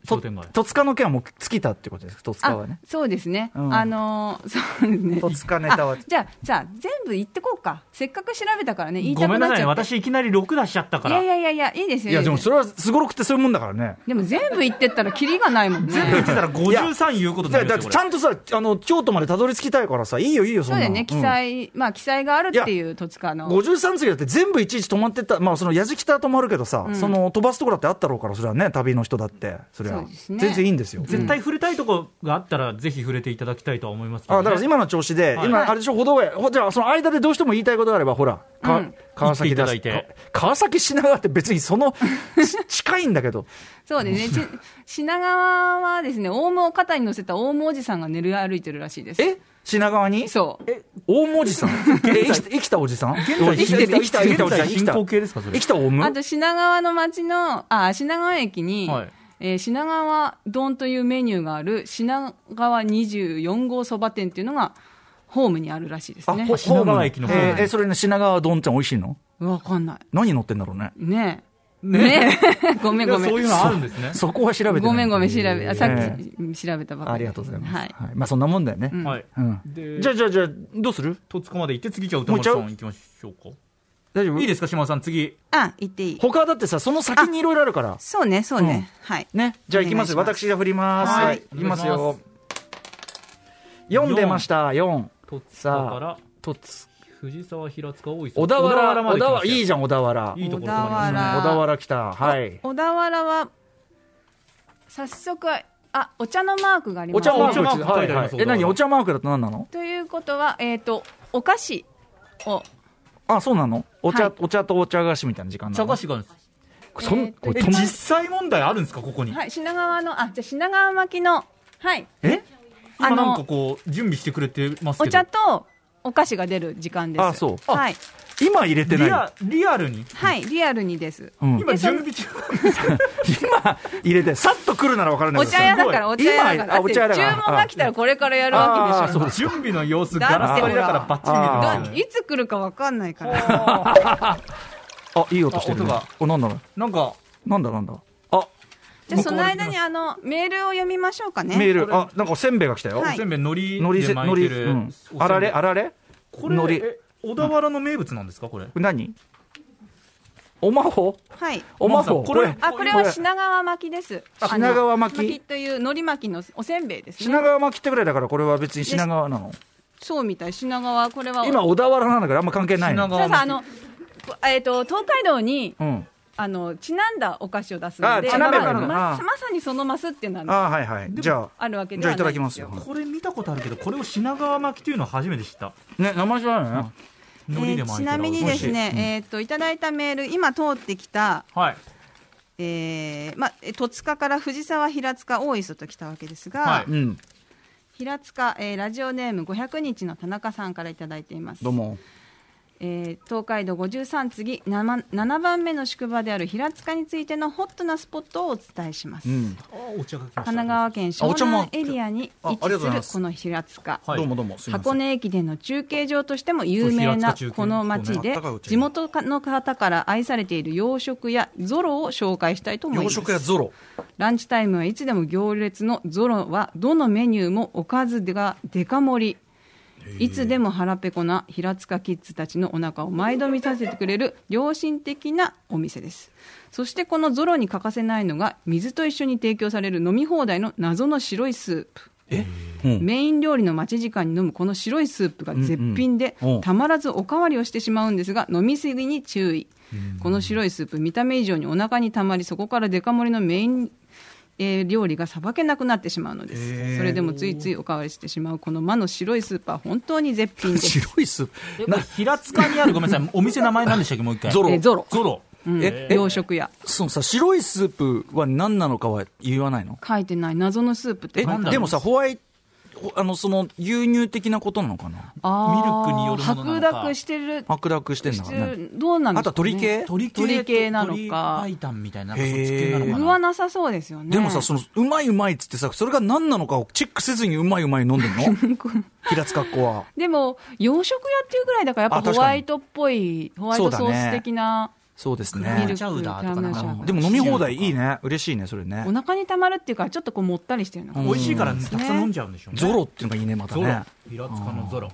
[SPEAKER 3] 商店街。
[SPEAKER 2] 戸塚の件はもう尽きたってことですか、戸塚
[SPEAKER 4] あ
[SPEAKER 2] はね。
[SPEAKER 4] そうですね、
[SPEAKER 2] うん
[SPEAKER 4] あのー そうですね
[SPEAKER 2] 戸塚ネタは
[SPEAKER 4] あじゃあじゃあ全部言ってこうかせっかく調べたからね言い
[SPEAKER 3] ご
[SPEAKER 4] た
[SPEAKER 3] め
[SPEAKER 4] く
[SPEAKER 3] ん
[SPEAKER 4] な
[SPEAKER 3] な
[SPEAKER 4] っちゃっ
[SPEAKER 3] さ
[SPEAKER 4] て
[SPEAKER 3] い、私いきなり6出しちゃったか
[SPEAKER 4] い
[SPEAKER 3] ら。
[SPEAKER 4] やいやいやいやいいですよ
[SPEAKER 2] いや、で
[SPEAKER 4] いい
[SPEAKER 2] も
[SPEAKER 4] です
[SPEAKER 2] それはすごろくってそういうもんだからね。
[SPEAKER 4] でも全部言ってったらキリがないもんね
[SPEAKER 3] 全部言ってたら
[SPEAKER 2] いや
[SPEAKER 3] 53言うことに
[SPEAKER 2] だ
[SPEAKER 3] な
[SPEAKER 2] っ
[SPEAKER 3] るんで
[SPEAKER 2] て
[SPEAKER 3] すよ、
[SPEAKER 2] ちゃんとさ、あの、京都までたどり着きたいからさ、いいよいいよ、そん
[SPEAKER 4] そう
[SPEAKER 2] な
[SPEAKER 4] だ
[SPEAKER 2] の
[SPEAKER 4] よね記載、まあ記載があるっていう戸塚の
[SPEAKER 2] 53次だって全部いちいち止まってった、まあ、その矢じきた止まるけどさ、その飛ばすところだってあったろうから、それはね、旅の人だって、それは、
[SPEAKER 4] そうですね
[SPEAKER 2] 全然いいんですよ。
[SPEAKER 3] これ絶対触れたいとこがあったら、ぜひ触れていただきたいとは思いますけど、ね。
[SPEAKER 2] あだから今の調子で、
[SPEAKER 3] はい
[SPEAKER 2] 今、あれでしょ、歩道へ、ほじゃあ、その間でどうしても言いたいことがあれば、ほら、か
[SPEAKER 4] うん
[SPEAKER 2] 川崎だ
[SPEAKER 3] 言っ
[SPEAKER 2] して
[SPEAKER 3] いただいて
[SPEAKER 2] 川崎品川って別にそのち 近いんだけど、
[SPEAKER 4] そうですね。ち品川はですね、オウムを肩に乗せたオウムおじさんが練り歩いてるらしいです。
[SPEAKER 2] え品川に
[SPEAKER 4] そう。
[SPEAKER 2] 大文字さん、え生きた生きたおじさん、生
[SPEAKER 4] 生きてる
[SPEAKER 2] 生きた生きたおじさん、生き
[SPEAKER 3] 進
[SPEAKER 2] た
[SPEAKER 3] 行形ですか、それ
[SPEAKER 2] 生。きたオウム
[SPEAKER 4] あと品川の町の、あ、品川駅に、
[SPEAKER 3] はい
[SPEAKER 4] えー品川丼というメニューがある品川24号そば店っていうのが、ホームにあるらしいですね
[SPEAKER 2] ほ。
[SPEAKER 3] 品川駅の
[SPEAKER 2] えーえそれね、品川どんちゃん美味しいの
[SPEAKER 4] わかんない。
[SPEAKER 2] 何乗ってんだろうね。
[SPEAKER 4] ねえ。ねえ。 ごめんごめん。
[SPEAKER 3] そういうのあるんですね。
[SPEAKER 2] そこは調べてない
[SPEAKER 4] ごめんごめん、調べ、あさっ
[SPEAKER 2] え
[SPEAKER 4] き調べた
[SPEAKER 2] え
[SPEAKER 4] ばかり。
[SPEAKER 2] ありがとうございます。
[SPEAKER 4] は
[SPEAKER 2] はいい。。まあそんなもんだよね。
[SPEAKER 4] ん
[SPEAKER 3] はい。
[SPEAKER 2] うん。
[SPEAKER 3] で、
[SPEAKER 2] じ
[SPEAKER 3] じ
[SPEAKER 2] ゃ
[SPEAKER 3] ゃ
[SPEAKER 2] あじゃあじゃあ、どうする
[SPEAKER 3] 戸塚まで行って、次、じゃあ歌丸さん
[SPEAKER 2] もう
[SPEAKER 3] 行きましょうか。
[SPEAKER 2] 大丈夫
[SPEAKER 3] いいですか、島田さん、次。
[SPEAKER 4] あ、行っていい。
[SPEAKER 2] 他はだってさ、その先にいろいろあるから。
[SPEAKER 4] そうね、そうね。はい。
[SPEAKER 2] ね。じゃあ行きます。
[SPEAKER 4] お願いします
[SPEAKER 2] 私が振ります。
[SPEAKER 4] はい
[SPEAKER 2] 行きます
[SPEAKER 3] お願い
[SPEAKER 2] よ
[SPEAKER 3] し。
[SPEAKER 2] 4出ました、4。
[SPEAKER 3] 戸塚から、
[SPEAKER 2] とつ。
[SPEAKER 3] 藤沢、平塚、大磯、
[SPEAKER 2] 小田原、
[SPEAKER 3] ま
[SPEAKER 2] 小田
[SPEAKER 3] で行きま
[SPEAKER 2] 原、いい
[SPEAKER 3] し
[SPEAKER 2] じゃん、小田原。
[SPEAKER 3] た
[SPEAKER 2] うん
[SPEAKER 3] よいいところ止まりまし
[SPEAKER 4] 小田
[SPEAKER 3] たね
[SPEAKER 4] 原
[SPEAKER 2] 小田原来た。はい。
[SPEAKER 4] 小田原は早速あお茶のマークがありま
[SPEAKER 2] お
[SPEAKER 4] す、
[SPEAKER 2] 茶マーク
[SPEAKER 3] お茶マーク
[SPEAKER 2] は
[SPEAKER 3] 書い
[SPEAKER 2] い
[SPEAKER 3] てあり
[SPEAKER 2] は
[SPEAKER 3] ま
[SPEAKER 2] い
[SPEAKER 3] す。
[SPEAKER 2] え、何お茶マークだと何なの
[SPEAKER 4] ということはえっ、とお菓子を
[SPEAKER 2] あ、そうなのお茶
[SPEAKER 4] はい、
[SPEAKER 2] お茶とお茶菓子みたいな時間な
[SPEAKER 3] 茶
[SPEAKER 2] の
[SPEAKER 3] 菓子があるんです。
[SPEAKER 2] そ
[SPEAKER 4] え
[SPEAKER 2] ん
[SPEAKER 4] ー、と
[SPEAKER 2] これ
[SPEAKER 3] え、
[SPEAKER 2] とも
[SPEAKER 3] 実際問題あるんですか、ここに。
[SPEAKER 4] はい品川のあじゃあ品川巻のはい
[SPEAKER 2] え
[SPEAKER 3] 今
[SPEAKER 4] あの
[SPEAKER 3] なんかこう、準備してくれてます
[SPEAKER 4] お
[SPEAKER 3] けど。
[SPEAKER 4] 茶とお菓子が出る時間です
[SPEAKER 2] あそうあ
[SPEAKER 4] はい
[SPEAKER 2] 今入れてない
[SPEAKER 3] リ。アリアルに
[SPEAKER 4] はいリアルにです、
[SPEAKER 2] うん
[SPEAKER 3] 今
[SPEAKER 4] でそ
[SPEAKER 3] 準
[SPEAKER 4] の
[SPEAKER 3] 備中
[SPEAKER 2] 今入れて、さっと来るなら分からない
[SPEAKER 4] お
[SPEAKER 2] けど
[SPEAKER 4] 茶屋だから
[SPEAKER 2] すご
[SPEAKER 4] お
[SPEAKER 2] い
[SPEAKER 4] 茶屋だから
[SPEAKER 2] 今あお茶屋だから
[SPEAKER 4] 注文が来たらこれからやるわけでしょ
[SPEAKER 2] あーそうです
[SPEAKER 3] 準備の様子
[SPEAKER 4] だって
[SPEAKER 3] ガラス張りだから
[SPEAKER 4] ほら
[SPEAKER 3] バッチリ見えてますよ
[SPEAKER 2] あ
[SPEAKER 3] ね
[SPEAKER 4] どいつ来るかわかんないから
[SPEAKER 2] あ、いい音してる、ね。
[SPEAKER 3] あ音が
[SPEAKER 2] お、なんだろ
[SPEAKER 3] なんか
[SPEAKER 2] う。なんだなんだ。あ、
[SPEAKER 4] じゃあその間にあのメールを読みましょうかね
[SPEAKER 2] メール。あ、なんかおせんべいが来たよ。
[SPEAKER 4] はい
[SPEAKER 3] せんべいのり
[SPEAKER 2] のり
[SPEAKER 3] で
[SPEAKER 2] せ、
[SPEAKER 3] 巻
[SPEAKER 2] の
[SPEAKER 3] い
[SPEAKER 2] り、
[SPEAKER 3] て
[SPEAKER 2] う
[SPEAKER 3] る
[SPEAKER 2] ん。あられ、あ
[SPEAKER 3] れ
[SPEAKER 2] られ
[SPEAKER 3] これ
[SPEAKER 2] のり
[SPEAKER 3] え小田原の名物なんですかこれ
[SPEAKER 2] 何おまほ
[SPEAKER 4] はい
[SPEAKER 2] おまほ
[SPEAKER 3] おまほ
[SPEAKER 2] これ
[SPEAKER 3] こ、
[SPEAKER 4] あこれは品川巻きです。
[SPEAKER 2] あ品川巻き
[SPEAKER 4] あの巻きという海苔巻きのおせんべいです
[SPEAKER 2] 品
[SPEAKER 4] ね。
[SPEAKER 2] 川巻きってぐらいだから、これは別に品川なの。
[SPEAKER 4] そうみたい品川これは。
[SPEAKER 2] 今、小田原なんだからあんま関係ないの。
[SPEAKER 3] 品
[SPEAKER 4] そう
[SPEAKER 3] 川
[SPEAKER 4] そうあのえっ、と東海道に
[SPEAKER 2] うん。
[SPEAKER 4] あのちなんだお菓子を出すので、
[SPEAKER 2] あちなん
[SPEAKER 3] だ
[SPEAKER 4] まあ
[SPEAKER 3] の
[SPEAKER 4] ま
[SPEAKER 2] あ
[SPEAKER 4] まさにそのマスっていうの
[SPEAKER 2] あ
[SPEAKER 4] は
[SPEAKER 2] ーはいはい。じゃあ、
[SPEAKER 4] あるわけ
[SPEAKER 2] じ
[SPEAKER 4] で
[SPEAKER 2] ゃあ
[SPEAKER 4] はいな
[SPEAKER 2] ただ
[SPEAKER 4] いん
[SPEAKER 2] き
[SPEAKER 4] で
[SPEAKER 2] ますす
[SPEAKER 4] よ
[SPEAKER 2] よ。。
[SPEAKER 3] これ見たことあるけどこれを品川巻きというのは初めて知った
[SPEAKER 2] ね、生じゃないね。
[SPEAKER 4] え
[SPEAKER 3] のりで巻い
[SPEAKER 4] ー
[SPEAKER 3] てる
[SPEAKER 4] ちなみにで
[SPEAKER 2] 美味し
[SPEAKER 4] すね、
[SPEAKER 2] いうん
[SPEAKER 4] えっ、といただいたメール今通ってきた。
[SPEAKER 3] はい
[SPEAKER 4] えーまあ、え戸塚から藤沢、平塚、大磯と来たわけですが、
[SPEAKER 3] はい
[SPEAKER 2] うん。
[SPEAKER 4] 平塚、えーラジオネーム500日の田中さんからいただいています
[SPEAKER 2] どう。も。
[SPEAKER 4] えー東海道53次 7, 7番目の宿場である平塚についてのホットなスポットをお伝えします、
[SPEAKER 2] うん。
[SPEAKER 3] あーお茶が来ました
[SPEAKER 4] 神奈川県
[SPEAKER 2] あ
[SPEAKER 4] 湘
[SPEAKER 2] お茶も
[SPEAKER 4] 南エリアに
[SPEAKER 2] ああ
[SPEAKER 4] 位
[SPEAKER 2] りがと
[SPEAKER 4] 置
[SPEAKER 2] うござい
[SPEAKER 4] する
[SPEAKER 2] ます
[SPEAKER 4] この平塚
[SPEAKER 3] はい
[SPEAKER 2] どうもどうも、すいません。
[SPEAKER 4] 箱根駅伝の中継場としても有
[SPEAKER 3] そう平
[SPEAKER 4] 名な
[SPEAKER 3] 塚中継
[SPEAKER 4] この
[SPEAKER 2] そ
[SPEAKER 4] 町
[SPEAKER 2] うねあ
[SPEAKER 4] で
[SPEAKER 2] ったかいお茶
[SPEAKER 4] 地元の方から愛されている洋食やゾロを紹介したいと思い
[SPEAKER 2] 洋
[SPEAKER 4] ます
[SPEAKER 2] 食屋ゾロ。
[SPEAKER 4] ランチタイムはいつでも行列のゾロはどのメニューもおかずがデカ盛りいつでも腹ペコな平塚キッズたちのお腹を毎度見させてくれる良心的なお店ですそしてこのゾロに欠かせないのが水と一緒に提供される飲み放題の謎の白いスープ
[SPEAKER 2] うん。
[SPEAKER 4] メイン料理の待ち時間に飲むこの白いスープが絶品で、
[SPEAKER 2] うんうんうん
[SPEAKER 4] たまらずおかわりをしてしまうんですが飲みすぎに注意、この白いスープ見た目以上にお腹にたまりそこからデカ盛りのメインえー料理がさばけなくなってしまうので
[SPEAKER 2] へー
[SPEAKER 4] すそれでもついついおかわりしてしまうこの魔の白いスーパー本当に絶品です
[SPEAKER 2] 白いスー
[SPEAKER 3] え
[SPEAKER 2] プな
[SPEAKER 3] これ平塚にあるごめんなさいお店名前なんでしたっけもう一回
[SPEAKER 2] ゾロ
[SPEAKER 4] えーゾロ
[SPEAKER 3] ゾロ
[SPEAKER 4] う ん
[SPEAKER 2] ええ
[SPEAKER 4] 洋食屋
[SPEAKER 2] そのさ白いスープは何なのかは言わないの
[SPEAKER 4] 書いてない謎のスープって
[SPEAKER 2] え
[SPEAKER 4] 書いてある
[SPEAKER 2] でもさホワイトあのその牛乳的なことなのかな
[SPEAKER 4] あ
[SPEAKER 3] ミル
[SPEAKER 4] ー
[SPEAKER 3] クによるものなのか
[SPEAKER 4] 白濁してる
[SPEAKER 2] 白濁してんだ
[SPEAKER 4] し
[SPEAKER 2] か
[SPEAKER 4] て
[SPEAKER 2] らね
[SPEAKER 4] るどうなん
[SPEAKER 2] あ
[SPEAKER 4] です
[SPEAKER 2] とは
[SPEAKER 4] か、ね、
[SPEAKER 2] 鳥系
[SPEAKER 3] 鳥系
[SPEAKER 4] 鳥系なのか
[SPEAKER 3] 鳥白湯みたいななんかそっち系なのか
[SPEAKER 2] へ
[SPEAKER 3] な
[SPEAKER 2] ー
[SPEAKER 4] 具はなさそうですよね
[SPEAKER 2] でもさそのうまいうまいっつってさそれが何なのかをチェックせずにうまいうまい飲んでん の平塚っ子は
[SPEAKER 4] でも洋食屋っていうぐらいだからや
[SPEAKER 2] あ
[SPEAKER 4] っぱ
[SPEAKER 2] 確
[SPEAKER 4] ホ
[SPEAKER 2] かに
[SPEAKER 4] ワイトっぽいホワイトソース的な、
[SPEAKER 2] そうです
[SPEAKER 3] クリー
[SPEAKER 2] ね
[SPEAKER 3] ムチャウダーとかなん
[SPEAKER 4] クリームチャウダーと
[SPEAKER 3] か
[SPEAKER 4] か
[SPEAKER 2] でも飲み放題いいね嬉しいねそれね
[SPEAKER 4] お腹にたまるっていうかちょっとこうもったりしてるのかな
[SPEAKER 3] 美味しいからねたくさん飲んじゃうんでしょうね
[SPEAKER 2] ゾロっていうのがいいねまた
[SPEAKER 3] ゾロ
[SPEAKER 2] ね
[SPEAKER 3] 平塚のゾロ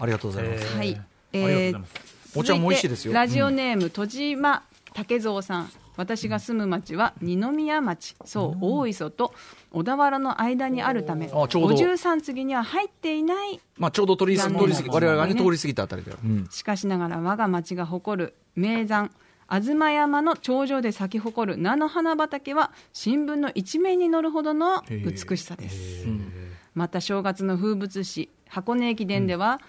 [SPEAKER 2] ありがとうございます
[SPEAKER 4] はい
[SPEAKER 3] えーありがとうございます
[SPEAKER 2] お茶も美味しいですよ
[SPEAKER 4] 続てラジオネーム戸島武蔵さん私が住む町は二宮町そう大磯と小田原の間にあるため
[SPEAKER 2] あちょうど
[SPEAKER 4] 53次には入っていない
[SPEAKER 2] まあちょうど通り過ぎ
[SPEAKER 4] 残
[SPEAKER 2] 通
[SPEAKER 4] 念
[SPEAKER 2] り
[SPEAKER 4] な
[SPEAKER 2] 過
[SPEAKER 4] が
[SPEAKER 2] ぎ我
[SPEAKER 4] ら
[SPEAKER 2] 々がね
[SPEAKER 4] ね
[SPEAKER 2] 通り過ぎたあたりだようん
[SPEAKER 4] しかしながら我が町が誇る名山東山の頂上で咲き誇る菜の花畑は新聞の一面に載るほどの美しさです、また正月の風物詩箱根駅伝では、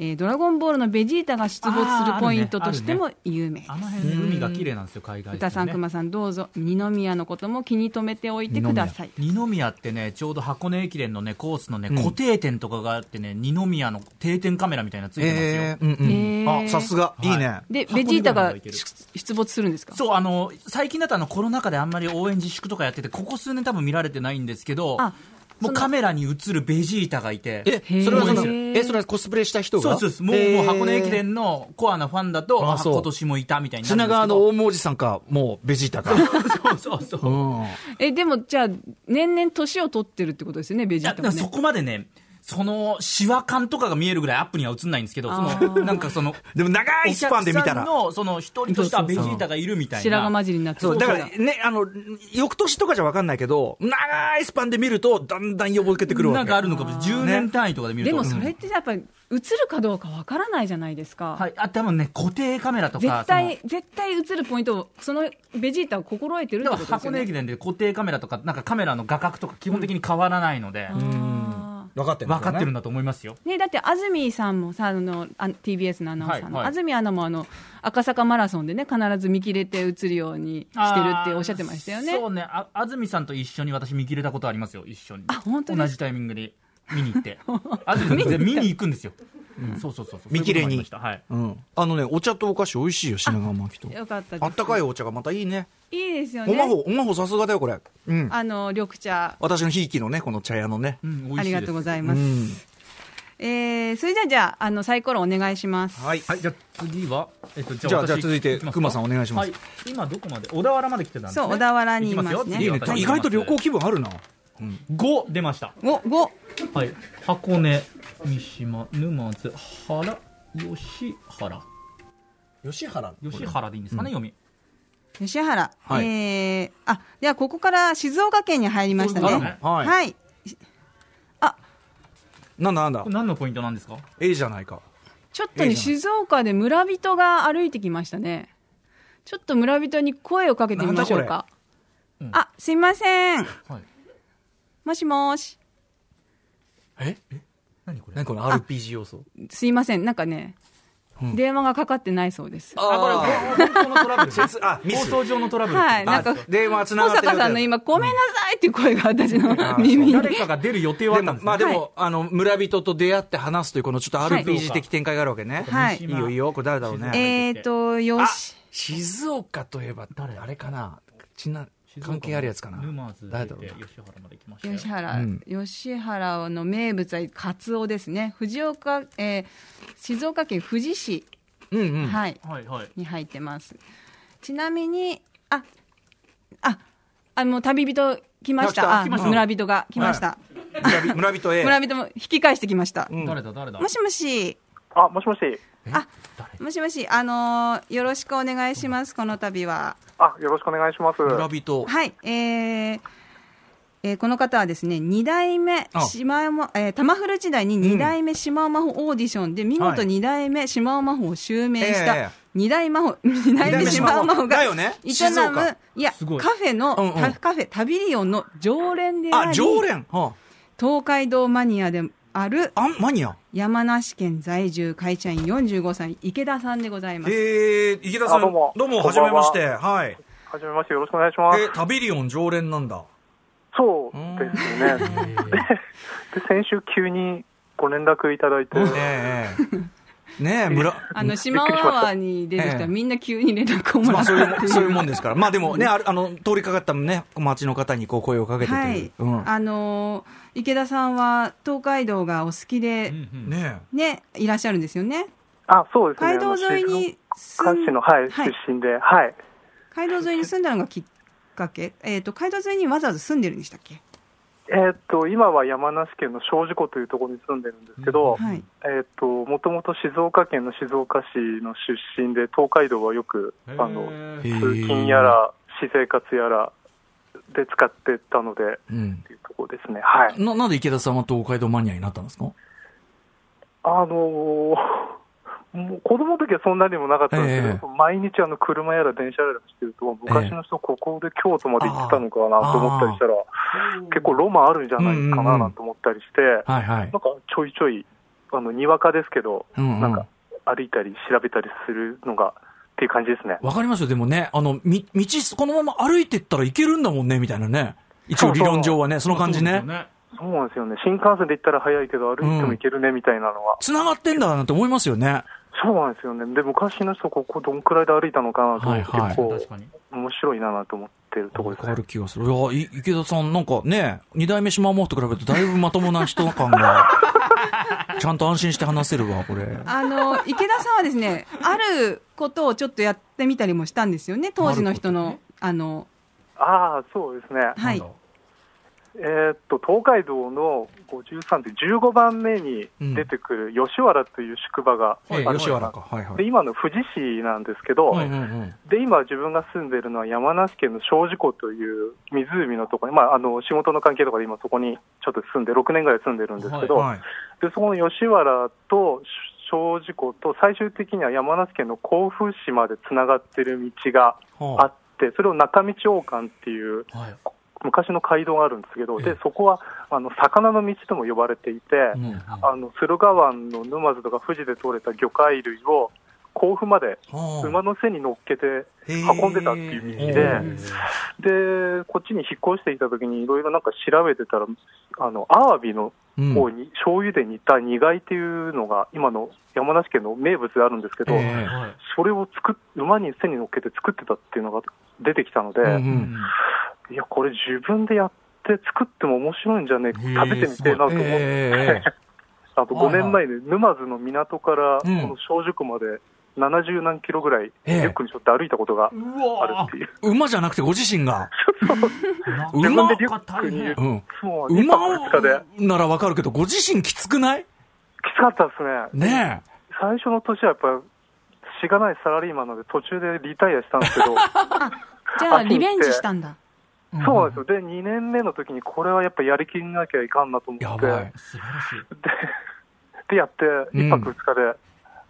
[SPEAKER 4] えードラゴンボールのベジータが出没するポイントとしても有名です
[SPEAKER 3] あの辺ね海が綺麗なんですよ海外
[SPEAKER 4] 歌さん、熊さん、どうぞ二宮のことも気に留めておいてください。
[SPEAKER 3] 二宮ってねちょうど箱根駅伝のねコースのね
[SPEAKER 2] ん
[SPEAKER 3] 固定点とかがあってね二宮の定点カメラみたいなのついてますよ、
[SPEAKER 2] えーうん
[SPEAKER 4] へ
[SPEAKER 2] うん
[SPEAKER 4] ー
[SPEAKER 2] あさすがいいね
[SPEAKER 4] で、
[SPEAKER 3] 箱根
[SPEAKER 4] ベジータ
[SPEAKER 3] でも
[SPEAKER 4] が
[SPEAKER 3] いける
[SPEAKER 4] 出没するんですか
[SPEAKER 3] そうあの最近だとあのコロナ禍であんまり応援自粛とかやっててここ数年多分見られてないんですけど
[SPEAKER 4] あ
[SPEAKER 3] も
[SPEAKER 4] そうの
[SPEAKER 3] カメラに映るベジータがいて
[SPEAKER 2] え
[SPEAKER 4] へー
[SPEAKER 2] それはその
[SPEAKER 4] へー
[SPEAKER 2] えそれはコスプレした人
[SPEAKER 3] そう
[SPEAKER 2] が
[SPEAKER 3] そうですもうもう箱根駅伝のコアなファンだと
[SPEAKER 2] あ
[SPEAKER 3] あ
[SPEAKER 2] そう
[SPEAKER 3] 今年もいたみたいになる
[SPEAKER 2] 品
[SPEAKER 3] んです
[SPEAKER 2] 川
[SPEAKER 3] け
[SPEAKER 2] の
[SPEAKER 3] ど
[SPEAKER 2] 大文字さんかもうベジータ か
[SPEAKER 3] そうそうそう
[SPEAKER 2] うん
[SPEAKER 4] え、でも、じゃあ、年々年を取ってるってことですよね、ベ
[SPEAKER 3] い
[SPEAKER 4] ジ
[SPEAKER 3] や
[SPEAKER 4] ー
[SPEAKER 3] で
[SPEAKER 4] タ
[SPEAKER 3] も
[SPEAKER 4] も
[SPEAKER 3] そ
[SPEAKER 4] ね。
[SPEAKER 3] こまでねそのシワ感とかが見えるぐらいアップには映んないんですけどそ
[SPEAKER 4] あ
[SPEAKER 3] の
[SPEAKER 4] ー
[SPEAKER 3] なんかその
[SPEAKER 2] でも長いスパンで見た
[SPEAKER 3] お客さ
[SPEAKER 2] ら
[SPEAKER 3] んのその一人としては
[SPEAKER 4] そ
[SPEAKER 3] ベ
[SPEAKER 4] うそう
[SPEAKER 3] ジ
[SPEAKER 4] そう
[SPEAKER 3] ータがいるみたいな
[SPEAKER 4] 白髪混じりになってる
[SPEAKER 2] そう、だからね、あの、翌年とかじゃ分かんないけど、長いスパンで見ると、だんだんよぼけてくるわけ。
[SPEAKER 3] なんかあるのかも10年単位とかで見る
[SPEAKER 4] で
[SPEAKER 3] と
[SPEAKER 4] もそれってやっぱり映るかどうかわからないじゃないですか、
[SPEAKER 3] はい、あ多分ね固定カメラとか
[SPEAKER 4] 絶
[SPEAKER 3] その
[SPEAKER 4] 対絶対映るポイントをそのベジータを心得てるって
[SPEAKER 3] だ
[SPEAKER 4] こ
[SPEAKER 3] から
[SPEAKER 4] とで
[SPEAKER 3] 箱
[SPEAKER 4] すよ
[SPEAKER 3] 根
[SPEAKER 4] ね
[SPEAKER 3] 駅伝で固定カメラとか、なんかカメラの画角とか基本的に変わらないので、
[SPEAKER 4] あー
[SPEAKER 2] 分かってる、
[SPEAKER 3] 分かってるんだと思いますよ。
[SPEAKER 4] ね、だって安住さんもさあのあ TBS のアナウンサーの、
[SPEAKER 3] はいはい
[SPEAKER 4] 安住アナもあの赤坂マラソンでね必ず見切れて映るようにしてるっておっしゃってましたよね
[SPEAKER 3] あーそうね、あ安住さんと一緒に私見切れたことありますよ、一緒に。
[SPEAKER 4] あ本当ですか
[SPEAKER 3] 同じタイミングで見に行 って。安住さん見に行くんですよ。そうそうそうそう。
[SPEAKER 2] 見切れに
[SPEAKER 3] そういうこともありました
[SPEAKER 2] うん。あのね、お茶とお菓子美味しいよ、品川巻と。
[SPEAKER 4] よかったです
[SPEAKER 2] あったかいお茶がまたいいね。
[SPEAKER 4] いいですよ
[SPEAKER 2] おま
[SPEAKER 4] ね
[SPEAKER 2] ほ、おまほさすがだよ、これ。うん。
[SPEAKER 4] あの緑茶
[SPEAKER 2] 私のひいきのね、この茶屋のね。
[SPEAKER 3] はい。うん、美
[SPEAKER 4] あ
[SPEAKER 3] 味し
[SPEAKER 4] り
[SPEAKER 3] い
[SPEAKER 4] が
[SPEAKER 3] で
[SPEAKER 4] と
[SPEAKER 3] す
[SPEAKER 4] うご。ざいます、えーそれじゃあじゃああのサイコロお願いします
[SPEAKER 2] はい。
[SPEAKER 3] はい、じゃあ次は、えっと、じ
[SPEAKER 2] じゃあじゃあ続いて
[SPEAKER 3] きますか
[SPEAKER 2] 熊さんお願いします
[SPEAKER 3] はい、今どこまで小田原まで来てたんですね
[SPEAKER 4] そう小田原にいますね
[SPEAKER 3] 行き
[SPEAKER 2] い
[SPEAKER 3] よ
[SPEAKER 2] いね
[SPEAKER 4] ありがとうございま。す
[SPEAKER 2] 意外と旅行気分あるな。
[SPEAKER 3] 5出ました。
[SPEAKER 4] お五
[SPEAKER 3] はい、箱根、三島、沼津、原、吉原。
[SPEAKER 2] 吉原
[SPEAKER 3] 吉原でいいんですかね、読み。
[SPEAKER 4] 吉原、
[SPEAKER 2] はい
[SPEAKER 4] えーあではここから静岡県に入りましたね
[SPEAKER 3] そうですね
[SPEAKER 2] はい
[SPEAKER 4] はい、
[SPEAKER 2] なんだなんだ
[SPEAKER 3] これ。何のポイントなんですか
[SPEAKER 2] ええじゃないか。
[SPEAKER 4] ちょっとね、
[SPEAKER 2] いいじゃ
[SPEAKER 4] 静岡で村人が歩いてきましたね。ちょっと村人に声をかけてみましょうか。
[SPEAKER 3] なんだこれうん
[SPEAKER 4] あ、すいませ
[SPEAKER 3] は
[SPEAKER 4] ん。
[SPEAKER 3] い。
[SPEAKER 4] もしもし。
[SPEAKER 2] え
[SPEAKER 3] 何これ
[SPEAKER 2] 何この RPG 要素。
[SPEAKER 4] すいません。なんかね、電話がかかってないそうです。
[SPEAKER 2] あ
[SPEAKER 3] あ、これ、これ本当のトラブル。
[SPEAKER 2] 説あミス
[SPEAKER 3] 放送上のトラブル。
[SPEAKER 4] はい
[SPEAKER 2] あ
[SPEAKER 4] なんか
[SPEAKER 2] 電話つな
[SPEAKER 4] 小
[SPEAKER 2] がってる
[SPEAKER 4] 坂さんの今、ごめんなさいっていう声が私の 耳に。
[SPEAKER 3] 誰かが出る予定はあ
[SPEAKER 2] で
[SPEAKER 3] ったん
[SPEAKER 2] も
[SPEAKER 3] ですね
[SPEAKER 2] まあでも、
[SPEAKER 4] はい
[SPEAKER 2] あの村人と出会って話すというこのちょっと
[SPEAKER 4] はい
[SPEAKER 2] RPG 的展開があるわけね、
[SPEAKER 4] はい
[SPEAKER 2] い、いよいいよこれ誰だろうね、
[SPEAKER 4] えーと、よし。
[SPEAKER 2] 静岡といえば誰あれかなちな関係あるやつかな
[SPEAKER 3] 沼津
[SPEAKER 2] 誰
[SPEAKER 3] 出
[SPEAKER 2] だ
[SPEAKER 3] て
[SPEAKER 2] ろう
[SPEAKER 3] 吉原まで来ましたよ。
[SPEAKER 4] 吉原、
[SPEAKER 2] うん
[SPEAKER 4] 吉原の名物はカツオですね。藤岡、えー静岡県富士市。
[SPEAKER 2] うんうん、
[SPEAKER 4] はい。
[SPEAKER 3] はいはい。
[SPEAKER 4] に入ってます。ちなみに、あ、あ、あもう旅人来まし
[SPEAKER 2] 来た
[SPEAKER 4] た。あ、
[SPEAKER 2] 来ました
[SPEAKER 4] 村人が来ました。
[SPEAKER 2] 村人村人 A
[SPEAKER 4] 村人も引き返してきました。
[SPEAKER 2] うん
[SPEAKER 3] 誰だ誰だ
[SPEAKER 4] もしもし、
[SPEAKER 6] あ、もしもし。
[SPEAKER 4] もしもし、あのーよろしくお願いします。この度は。
[SPEAKER 6] あ、よろしくお願いします。
[SPEAKER 2] 村人
[SPEAKER 4] はい、えーえーこの方はですね、二代目
[SPEAKER 2] あ
[SPEAKER 4] 島山、えー、玉古時代に二代目島尾真帆オーディションで、見
[SPEAKER 2] は
[SPEAKER 4] 事
[SPEAKER 2] い
[SPEAKER 4] 二代目島尾真帆を襲名し
[SPEAKER 2] ええ
[SPEAKER 4] た二代真帆、二代目島尾真帆が
[SPEAKER 2] だ
[SPEAKER 4] 営
[SPEAKER 2] よね
[SPEAKER 4] む、いや、
[SPEAKER 2] すごい
[SPEAKER 4] カフェの、
[SPEAKER 2] うんうん
[SPEAKER 4] タカフェ、タビリオンの常連であり、
[SPEAKER 2] あ、常連。は
[SPEAKER 4] 東海道マニアである
[SPEAKER 2] あ、あんマニア。
[SPEAKER 4] 山梨県在住会社員45歳、池田さんでございます。
[SPEAKER 2] えー、池田さん、
[SPEAKER 6] あどうも
[SPEAKER 2] どうも、
[SPEAKER 6] こ
[SPEAKER 2] は
[SPEAKER 6] ん
[SPEAKER 2] じ
[SPEAKER 6] ばん
[SPEAKER 2] め
[SPEAKER 6] は
[SPEAKER 2] まして。はい。
[SPEAKER 6] はじめまして、よろしくお願いします。
[SPEAKER 2] え、タビリオン常連なんだ。
[SPEAKER 6] そう
[SPEAKER 2] うん
[SPEAKER 6] ですね。で、先週急にご連絡いただいて、
[SPEAKER 2] ええええねえ、村。
[SPEAKER 4] あの、島尾アワーに出る人
[SPEAKER 2] ええ
[SPEAKER 4] はみんな急に連絡をも
[SPEAKER 2] ま
[SPEAKER 4] ら
[SPEAKER 2] あ、
[SPEAKER 4] っ
[SPEAKER 2] そう
[SPEAKER 4] たっ
[SPEAKER 2] い
[SPEAKER 4] て
[SPEAKER 2] う、
[SPEAKER 4] い
[SPEAKER 2] そういう
[SPEAKER 4] う。
[SPEAKER 2] もんですから。まあ、でもね、あるあ の、通りかかったね、街の方にこう声をかけてと。。
[SPEAKER 4] はいいう
[SPEAKER 2] うん。
[SPEAKER 4] あのー、池田さんは東海道がお好きで、
[SPEAKER 2] ね
[SPEAKER 4] ね、いらっしゃるんですよね。
[SPEAKER 6] あ、そうですね。
[SPEAKER 4] 街道沿いに
[SPEAKER 6] あの。
[SPEAKER 4] 住
[SPEAKER 6] 関西
[SPEAKER 4] ん
[SPEAKER 6] の、はい、
[SPEAKER 4] はい
[SPEAKER 6] 出身で、はい。
[SPEAKER 4] 街道沿いに住んだのがきっかけ。えっ、と、街道沿いにわざわざ住んでるんでしたっけ
[SPEAKER 6] えーっと、今は山梨県の庄司湖というところに住んでるんですけど、
[SPEAKER 4] はい。
[SPEAKER 6] えーっと、もともと静岡県の静岡市の出身で、東海道はよく、あの、
[SPEAKER 2] え。
[SPEAKER 6] 通
[SPEAKER 2] へえ
[SPEAKER 6] 勤や。ら、私生活やらで使ってたので、っ
[SPEAKER 2] うん。
[SPEAKER 6] ていうところですね。はい。
[SPEAKER 2] な、なんで池田さんは東海道マニアになったんですか
[SPEAKER 6] あのー もう子供の時はそんなにもなかったんですけ
[SPEAKER 2] え
[SPEAKER 6] ど、毎日あの車やら電車やらしてると、昔の人、ここで京都まで行ってたのかなと思ったりしたら、結構ロマンあるんじゃないかななんて思ったりして、
[SPEAKER 2] はいはい
[SPEAKER 6] なん。かちょいちょい、あのにわかですけど、
[SPEAKER 2] うんうん
[SPEAKER 6] なんか歩いたり調べたりするのがっていう感じですね。
[SPEAKER 2] わかりますよ。でもね、あの、み、道、このまま歩いてったらいけるんだもんね、みたいなね。一応理論上はね、その感じね。
[SPEAKER 6] そうなんですよね、新幹線で行ったら早いけど、歩いても行けるねみたいなのは、
[SPEAKER 2] 繋がってんだなって思いますよね。
[SPEAKER 6] そうなんですよね、で昔の人、ここどんくらいで歩いたのかなと思って、
[SPEAKER 2] はいはい
[SPEAKER 6] 結
[SPEAKER 3] 確かに。
[SPEAKER 6] 構面白いなと思ってるところ
[SPEAKER 2] わ
[SPEAKER 6] です
[SPEAKER 2] か
[SPEAKER 6] ね。
[SPEAKER 2] る気がする。いや、い池田さん、なんかね、二代目島本と比べるとだいぶまともな人感 が、ちゃんと安心して話せるわ、これ。
[SPEAKER 4] あの、池田さんはで すね、あることをちょっとやってみたりもしたんですよね、当時の人の、あの、
[SPEAKER 6] ああ、そうですね。
[SPEAKER 4] はい。
[SPEAKER 6] えーっと、東海道の53で15番目に出てくる吉原という宿場があ
[SPEAKER 2] ええ
[SPEAKER 6] ります
[SPEAKER 2] 吉原か。はいは
[SPEAKER 6] で、
[SPEAKER 2] い。
[SPEAKER 6] 今の富士市なんですけど、
[SPEAKER 2] うんうんうん
[SPEAKER 6] で、今自分が住んでるのは山梨県の庄司湖という湖のところに、まあ、あの、仕事の関係とかで今そこにちょっと住んで、6年ぐらい住んでるんですけど、
[SPEAKER 2] はい。
[SPEAKER 6] で、そこの吉原と庄司湖と最終的には山梨県の甲府市までつながってる道があ
[SPEAKER 2] は
[SPEAKER 6] って、それを中道王冠っていう、
[SPEAKER 2] あはい。
[SPEAKER 6] 昔の街道があるんですけど、
[SPEAKER 2] ええ
[SPEAKER 6] でそこはあの魚の道とも呼ばれていて、
[SPEAKER 2] うんうん
[SPEAKER 6] あの駿河湾の沼津とか富士で取れた魚介類を甲府まで
[SPEAKER 2] はあ
[SPEAKER 6] 馬の背に乗っけて
[SPEAKER 2] へえ
[SPEAKER 6] 運んでたっていう道で、でこっちに引っ越していたときに、いろいろなんか調べてたら、あのアワビの
[SPEAKER 2] うん
[SPEAKER 6] 方に醤油で煮た煮貝っていうのが、今の山梨県の名物であるんですけど、
[SPEAKER 2] え
[SPEAKER 6] それを作っ馬に背に乗っけて作ってたっていうのが出てきたので。
[SPEAKER 2] えうんうん
[SPEAKER 6] いや、これ自分でやって作っても面白いんじゃねえか、
[SPEAKER 2] へえ
[SPEAKER 6] 食べてみてえなと思っ
[SPEAKER 2] えええ
[SPEAKER 6] て、
[SPEAKER 2] えええ
[SPEAKER 6] あと5年前に沼津の港から、こ
[SPEAKER 2] うん
[SPEAKER 6] の小宿まで70何キロぐらい、
[SPEAKER 2] ええ
[SPEAKER 6] リュックにしょって歩いたことが
[SPEAKER 3] う
[SPEAKER 6] ある
[SPEAKER 3] わ
[SPEAKER 6] っていう。
[SPEAKER 2] 馬じゃなくてご自身が。
[SPEAKER 3] ー
[SPEAKER 6] 自
[SPEAKER 2] 馬
[SPEAKER 6] 分で
[SPEAKER 2] を
[SPEAKER 6] リュックに、
[SPEAKER 2] うん。
[SPEAKER 6] そう、2
[SPEAKER 2] 馬を
[SPEAKER 6] 泊2日で、き
[SPEAKER 2] ならわかるけど、ご自身きつくない
[SPEAKER 6] つかったですね。
[SPEAKER 2] ねえ。
[SPEAKER 6] 最初の年はやっぱ、しがないサラリーマンなので途中でリタイアしたんで すけど、
[SPEAKER 4] じゃあ、リベンジしたんだ。
[SPEAKER 6] そうなんですよ。で、2年目の時にこれはやっぱやりきんなきゃいかんなと思
[SPEAKER 2] や
[SPEAKER 6] って、
[SPEAKER 2] ばい。
[SPEAKER 3] 素晴らしい。
[SPEAKER 6] で、やって、1泊2日で、